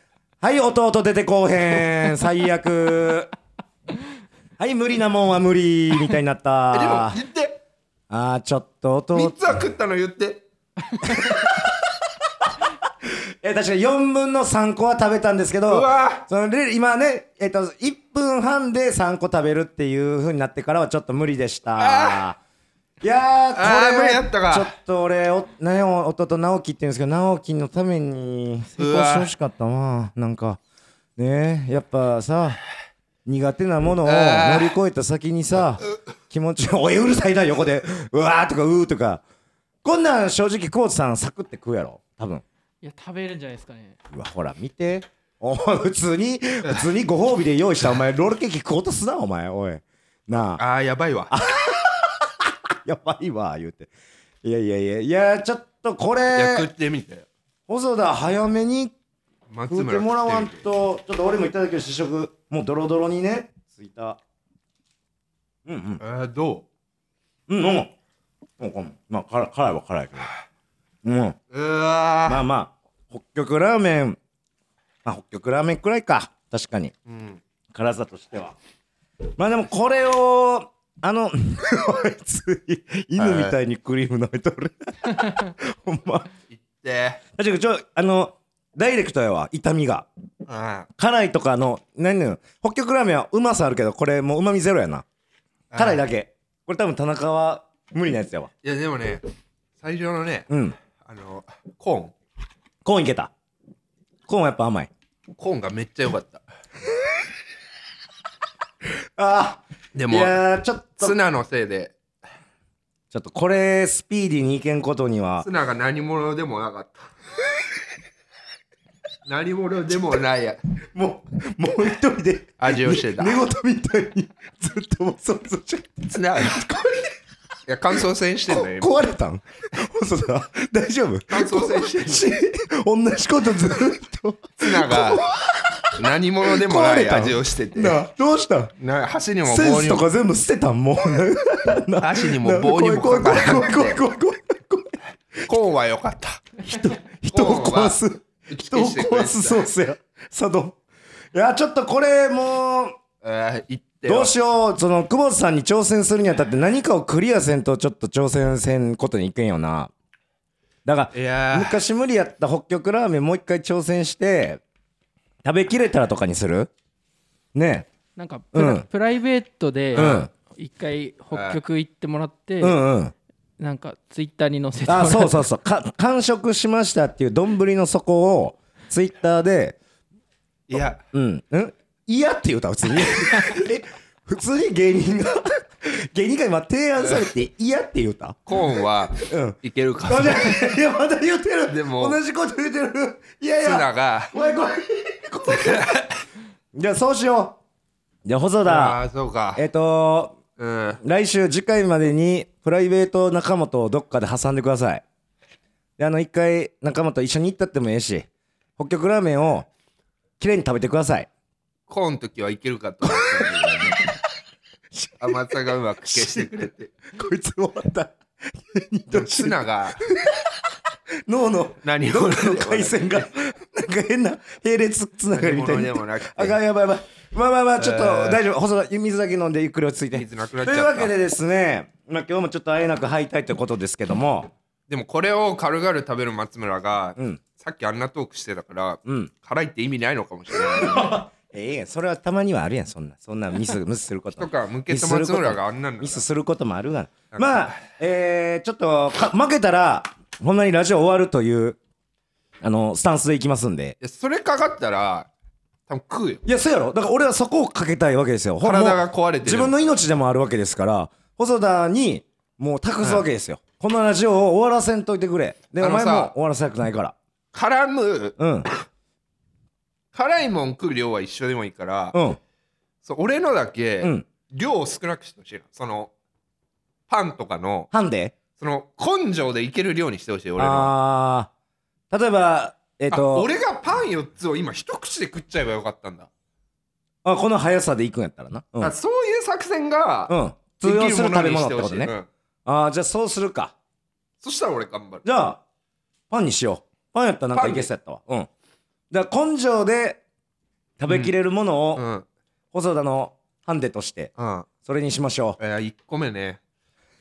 Speaker 2: はい弟出てこうへん最悪はい無理なもんは無理みたいになっ
Speaker 1: えでも
Speaker 2: た
Speaker 1: 言って
Speaker 2: あーちょっと弟
Speaker 1: 3つは食ったの言って
Speaker 2: えー確かに4分の3個は食べたんですけど
Speaker 1: うわ
Speaker 2: そのルール今ね、えっと1分半で3個食べるっていう風になってからはちょっと無理でしたいや
Speaker 1: あー
Speaker 2: ーこ
Speaker 1: 無理
Speaker 2: れね
Speaker 1: やったか
Speaker 2: ちょっと俺お、ね、お弟直樹って言うんですけど直樹のために成功してほしかったななんかねやっぱさ苦手なものを乗り越えた先にさ気持ちおいうるさいな横でうわーとかうーとかこんなん正直コーチさんサクって食うやろ多分
Speaker 3: いや食べるんじゃないですかね
Speaker 2: うわほら見て お前普通に普通にご褒美で用意したお前ロールケーキ食おうとすなお前おいなあ
Speaker 1: ああやばいわ
Speaker 2: やばいわ言うていやいやいやいやちょっとこ
Speaker 1: いや食
Speaker 2: れ
Speaker 1: ってみて
Speaker 2: 細田早めに
Speaker 1: 松
Speaker 2: 食うて
Speaker 1: 村
Speaker 2: もらわん
Speaker 1: 食って
Speaker 2: とちょっと俺もいただける試食もうドロドロにねついたうんうん
Speaker 1: みてえーど
Speaker 2: うんうんうんうんまあ辛辛いは辛いけどうん
Speaker 1: ううわ
Speaker 2: まあまあ北極ラーメンまあ北極ラーメンくらいか確かに
Speaker 1: ーうん
Speaker 2: 辛さとしてはまあでもこれをあの あいつ犬みたいにクリーム飲めとる ほんま
Speaker 1: 行って
Speaker 2: 確かにちょあのダイレクトやわ痛みが
Speaker 1: うん
Speaker 2: 辛いとかの何なの北極ラーメンはうまさあるけどこれもううまみゼロやな辛いだけこれ多分田中は無理なやつやわ
Speaker 1: いやでもね最初のね
Speaker 2: うん
Speaker 1: あのコーン
Speaker 2: コーンいけたコーンはやっぱ甘い
Speaker 1: コーンがめっちゃ良かった
Speaker 2: あ
Speaker 1: で
Speaker 2: あい
Speaker 1: も
Speaker 2: やーちょっと
Speaker 1: ツナのせいで
Speaker 2: ちょっとこれスピーディーにいけんことには
Speaker 1: ツナが何者でもなかった何者でもないや
Speaker 2: もうもう一人で
Speaker 1: 味をしてた
Speaker 2: 寝言みたいにずっとボソボソし
Speaker 1: ツナいや感想戦してんだよ今
Speaker 2: こ壊れたん細田大丈夫
Speaker 1: 感想戦してん
Speaker 2: し同じことずっと
Speaker 1: ツナが何者でも
Speaker 2: 壊
Speaker 1: な
Speaker 2: れ
Speaker 1: い
Speaker 2: たん
Speaker 1: 味をしてて
Speaker 2: なあどうしたん
Speaker 1: な箸にも
Speaker 2: セン
Speaker 1: 棒
Speaker 2: ス
Speaker 1: に
Speaker 2: と
Speaker 1: も
Speaker 2: か全部捨てたんもうな
Speaker 1: 箸にも棒にも
Speaker 2: 怖い
Speaker 1: かか
Speaker 2: 怖い
Speaker 1: らな
Speaker 2: 怖い怖
Speaker 1: くて
Speaker 2: い怖い怖い怖い怖い
Speaker 1: コーンは良かった
Speaker 2: 人人を壊す人を壊すソースや佐藤いやちょっとこれもう
Speaker 1: あ行ってよ
Speaker 2: どうしようその久保田さんに挑戦するにあたって何かをクリアせんとちょっと挑戦せんことにいけんよなだから
Speaker 1: いやー
Speaker 2: 昔無理やった北極ラーメンもう一回挑戦して食べきれたらとかにするね
Speaker 3: なんかプラ,、
Speaker 2: うん
Speaker 3: プライベートで
Speaker 2: うん
Speaker 3: 一回北極行ってもらって、
Speaker 2: えうんうん
Speaker 3: なんかツイッターに載せてもら
Speaker 2: あ
Speaker 3: って
Speaker 2: そうそうそうか完食しましたっていう丼の底をツイッターで
Speaker 1: いや
Speaker 2: うんん嫌って言うた普通にえ普通に芸人が芸人会今提案されて嫌って言うた
Speaker 1: コーンは
Speaker 2: うん。
Speaker 1: いけるか
Speaker 2: まだいや、まだ言うてる。
Speaker 1: でも
Speaker 2: 同じこと言うてる。いやい
Speaker 1: ツナ
Speaker 2: や、
Speaker 1: が
Speaker 2: 怖い怖い。怖いじゃあ、そうしよう。じゃあ、細
Speaker 1: あ
Speaker 2: 田、
Speaker 1: あそうか
Speaker 2: えっと、
Speaker 1: うん
Speaker 2: 来週、次回までに、プライベート仲本をどっかで挟んでください。で、あの、一回、仲本一緒に行ったってもええし、北極ラーメンを、きれいに食べてください。
Speaker 1: コーンの時はいけるかと思 ったんだけどね甘さがうまく消してくれて
Speaker 2: こいつ終わった。
Speaker 1: ツナが
Speaker 2: 脳の
Speaker 1: 何を
Speaker 2: 回線が、なんか変な並列つながりみたい
Speaker 1: 何
Speaker 2: にな
Speaker 1: 者でもな
Speaker 2: って。
Speaker 1: く
Speaker 2: あかん
Speaker 1: て
Speaker 2: やばいやばい。まあまあまあ、ちょっと
Speaker 1: えー
Speaker 2: 大丈夫。細田、水だけ飲んでゆっくり落ち着いて。
Speaker 1: 水なくなっち
Speaker 2: と
Speaker 1: ゃっ
Speaker 2: いう
Speaker 1: た
Speaker 2: わけでですね、まあ今日もちょっとあえなく敗退ということですけども、
Speaker 1: でもこれを軽々食べる松村が、
Speaker 2: うん
Speaker 1: さっきあんなトークしてたから、
Speaker 2: うん。
Speaker 1: 辛いって意味ないのかもしれない
Speaker 2: ええやんそれはたまにはあるやん、そんな。そんなミス、ミスすること。
Speaker 1: とか向けた松村があんなんだ
Speaker 2: ミスすることもあるがな。まあ、えー、ちょっとか、負けたら、こんなにラジオ終わるという、あの、スタンスでいきますんで。
Speaker 1: いやそれかかったら多分食うよ
Speaker 2: いや、そうやろ。だから俺はそこをかけたいわけですよ。ほんま
Speaker 1: 体が壊れてる
Speaker 2: 自分の命でもあるわけですから、細田にもう託すわけですよ。このラジオを終わらせんといてくれ。で、
Speaker 1: あ
Speaker 2: お
Speaker 1: の
Speaker 2: 前
Speaker 1: さ
Speaker 2: も終わらせたくないから。
Speaker 1: 絡む
Speaker 2: うん。
Speaker 1: 辛いもん食う量は一緒でもいいから、
Speaker 2: うん。
Speaker 1: そう俺のだけ、
Speaker 2: うん。
Speaker 1: 量を少なくしてほしいなそのパンとかの
Speaker 2: ハンデ
Speaker 1: その根性でいける量にしてほしい俺のあ、
Speaker 2: あー。例えば、えっ、と、
Speaker 1: 俺がパン4つを今一口で食っちゃえばよかったんだ、
Speaker 2: あこの速さで行くんやったらな。うん。
Speaker 1: だからそういう作戦が、
Speaker 2: うん。通用する食べ物ってこと
Speaker 1: う
Speaker 2: ね。
Speaker 1: ん
Speaker 2: あー、じゃあそうするか。
Speaker 1: そしたら俺頑張る
Speaker 2: じゃあ、パンにしよう。パンやったらなんかいけそうやったわ。うん。だから根性で食べきれるもの
Speaker 1: う
Speaker 2: を、
Speaker 1: ん
Speaker 2: 細田のハンデとして、
Speaker 1: うん
Speaker 2: それにしましょう。
Speaker 1: えー、1個目ね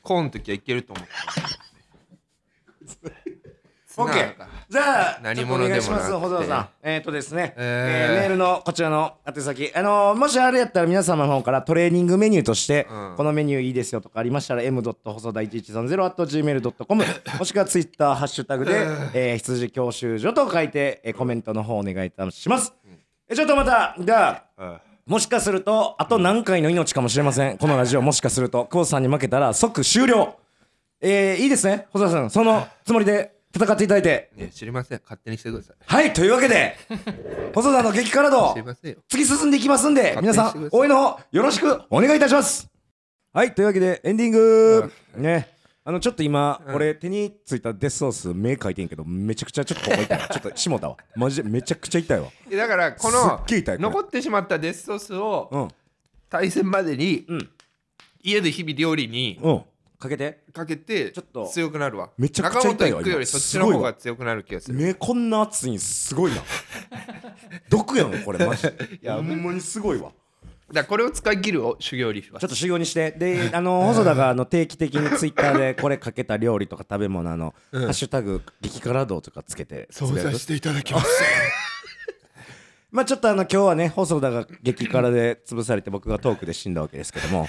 Speaker 1: コーンの時はいけると思った
Speaker 2: オッケーじゃあ、
Speaker 1: 何
Speaker 2: ちょっとお
Speaker 1: 者でも
Speaker 2: 願
Speaker 1: なく
Speaker 2: いします、
Speaker 1: て
Speaker 2: ほどさん。えっ、ー、とですね、
Speaker 1: え
Speaker 2: え
Speaker 1: ー
Speaker 2: ーメールのこちらの宛先、あのーもしあれやったら皆様の方からトレーニングメニューとして、
Speaker 1: うん
Speaker 2: このメニューいいですよとかありましたら、m. 細田1130 at gmail.com、もしくはツイッターハッシュタグで、えー羊教習所と書いて、えーコメントの方お願いいたします。えちょっとまた、じゃあ、
Speaker 1: うん
Speaker 2: もしかすると、あと何回の命かもしれません。このラジオ、もしかすると、久保田さんに負けたら即終了。えー、いいですね、細田さん、そのつもりで戦っていただいて。
Speaker 1: ね知りません勝手にしてください
Speaker 2: はい、というわ けで、細田の激辛道
Speaker 1: 知り、ませんよ
Speaker 2: 次進んでいきますんで、皆さ
Speaker 1: 勝手に
Speaker 2: ん
Speaker 1: して、ください
Speaker 2: 応援の方、よろしくお願いいたします。はい、というわけで、エンディング、ね。あの、ちょっと今、俺、手についたデスソース、目描いてんけど、めちゃくちゃちょっとここ痛 い。ちょっと、しもたわ。マジで、めちゃくちゃ痛いわ。
Speaker 1: えだからこ
Speaker 2: す
Speaker 1: の
Speaker 2: っげえ痛いこれ
Speaker 1: 残ってしまったデスソース
Speaker 2: う
Speaker 1: を
Speaker 2: ん、
Speaker 1: 対戦までに、
Speaker 2: ん
Speaker 1: 家で日々料理に
Speaker 2: うん。かけて。
Speaker 1: かけて
Speaker 2: ちょっと
Speaker 1: 強くなるわ
Speaker 2: めちゃくちゃ痛いわ
Speaker 1: 中本行くより
Speaker 2: 今
Speaker 1: そっちの
Speaker 2: す
Speaker 1: 方
Speaker 2: ごいわ
Speaker 1: が強くなる気がする
Speaker 2: 目こんな熱いんすごいな。毒やん、これ、マジで。 いや、ほんまにすごいわ。
Speaker 1: だからこれを使い切るを修行リフは
Speaker 2: ちょっと修行にして であの細田があの定期的にツイッターでこれかけた料理とか食べ物あの、ハッシュタグ激辛道とかつけてつぶやく
Speaker 1: ていただきます
Speaker 2: まあちょっとあの今日はね細田が激辛で潰されて僕がトークで死んだわけですけども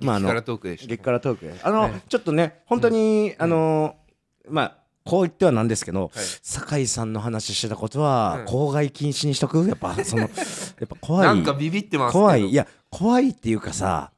Speaker 2: まあ あ
Speaker 1: 激
Speaker 2: の
Speaker 1: 辛トークでした
Speaker 2: 激辛トークですあの、ちょっとね本当に、あのまあこう言ってはなんですけど、
Speaker 1: はい
Speaker 2: 酒井さんの話してたことは
Speaker 1: うん
Speaker 2: 口外禁止にしとくやっぱそのやっぱ怖い
Speaker 1: なんかビビってますけど
Speaker 2: 怖いいや怖いっていうかさ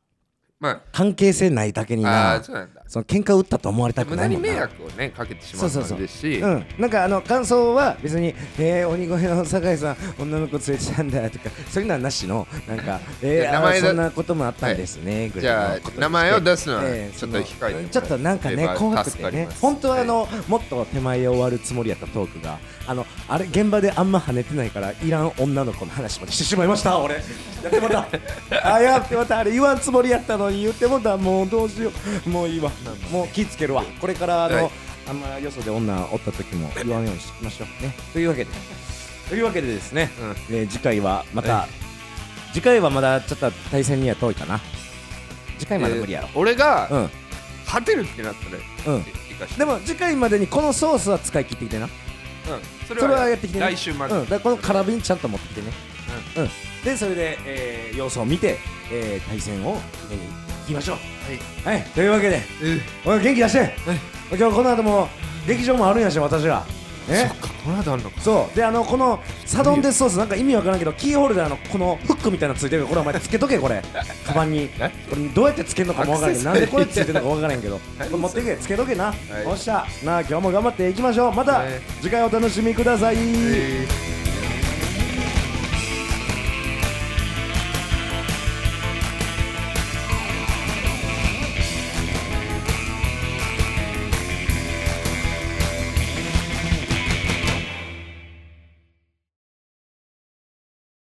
Speaker 1: ま
Speaker 2: 関係性ないだけに
Speaker 1: あ
Speaker 2: な
Speaker 1: ああーそうなんだ
Speaker 2: その喧嘩打ったと思われたく
Speaker 1: 無
Speaker 2: な
Speaker 1: 駄
Speaker 2: い
Speaker 1: に
Speaker 2: もんな
Speaker 1: 迷惑をねかけてしまう
Speaker 2: そうそうそ
Speaker 1: の
Speaker 2: う
Speaker 1: ですし
Speaker 2: うん、なんかあの感想は別に「えー、鬼越の酒井さん女の子連れてたんだ」とかそういうのはなしのなんか「え
Speaker 1: じゃ
Speaker 2: ー、
Speaker 1: あ名
Speaker 2: あ
Speaker 1: 前だ
Speaker 2: そんなこともあったんですね」ぐ
Speaker 1: じ
Speaker 2: ら
Speaker 1: ゃ
Speaker 2: いのこと
Speaker 1: あ
Speaker 2: にして
Speaker 1: 名前を出すのは
Speaker 2: えー
Speaker 1: ち
Speaker 2: そ
Speaker 1: ょっ
Speaker 2: の
Speaker 1: と控えて
Speaker 2: ちょっとなんかね怖くてね本当はあの、もっと手前を終わるつもりやったトークがあのあれ現場であんま跳ねてないからいらん女の子の話もしてしまいました俺やっても うたあやってもうたあれ言わんつもりやったのに言ってもうたもうどうしようもういいわもう気ぃつけるわこれからあの、
Speaker 1: はい
Speaker 2: あんまよそで女おった時も言わんようにしましょうねというわけでというわけでですね、えー次回はまた、
Speaker 1: は
Speaker 2: 次回はまだちょっと対戦には遠いかな次回まで無理やろ、
Speaker 1: 俺が
Speaker 2: うん
Speaker 1: 勝てるってなったら
Speaker 2: うん
Speaker 1: 生かして
Speaker 2: でも次回までにこのソースは使い切ってきてな
Speaker 1: うんそ
Speaker 2: それはやってきてね
Speaker 1: 来週まで
Speaker 2: うん、だからこの空瓶ちゃんと持ってきてねうん、でそれで、えー様子を見て、えー対戦を見に行きましょうはい、というわけで
Speaker 1: うん
Speaker 2: おい元気出して、今日この後も劇場もあるんやし私らね
Speaker 1: そっかこの後あるのか
Speaker 2: そうであのこのサドンデスソースなんか意味わからんけどキーホルダーのこのフックみたいなのついてるからこれお前つけとけこれカバンに
Speaker 1: え
Speaker 2: これどうやってつけるのかもわからんけど
Speaker 1: ア
Speaker 2: なん
Speaker 1: クセサリー
Speaker 2: でこれついてるのかわからんけどこれ持ってけつけとけな、
Speaker 1: い
Speaker 2: よっしゃなあ今日も頑張っていきましょうまた
Speaker 1: はい
Speaker 2: 次回お楽しみください、
Speaker 1: えー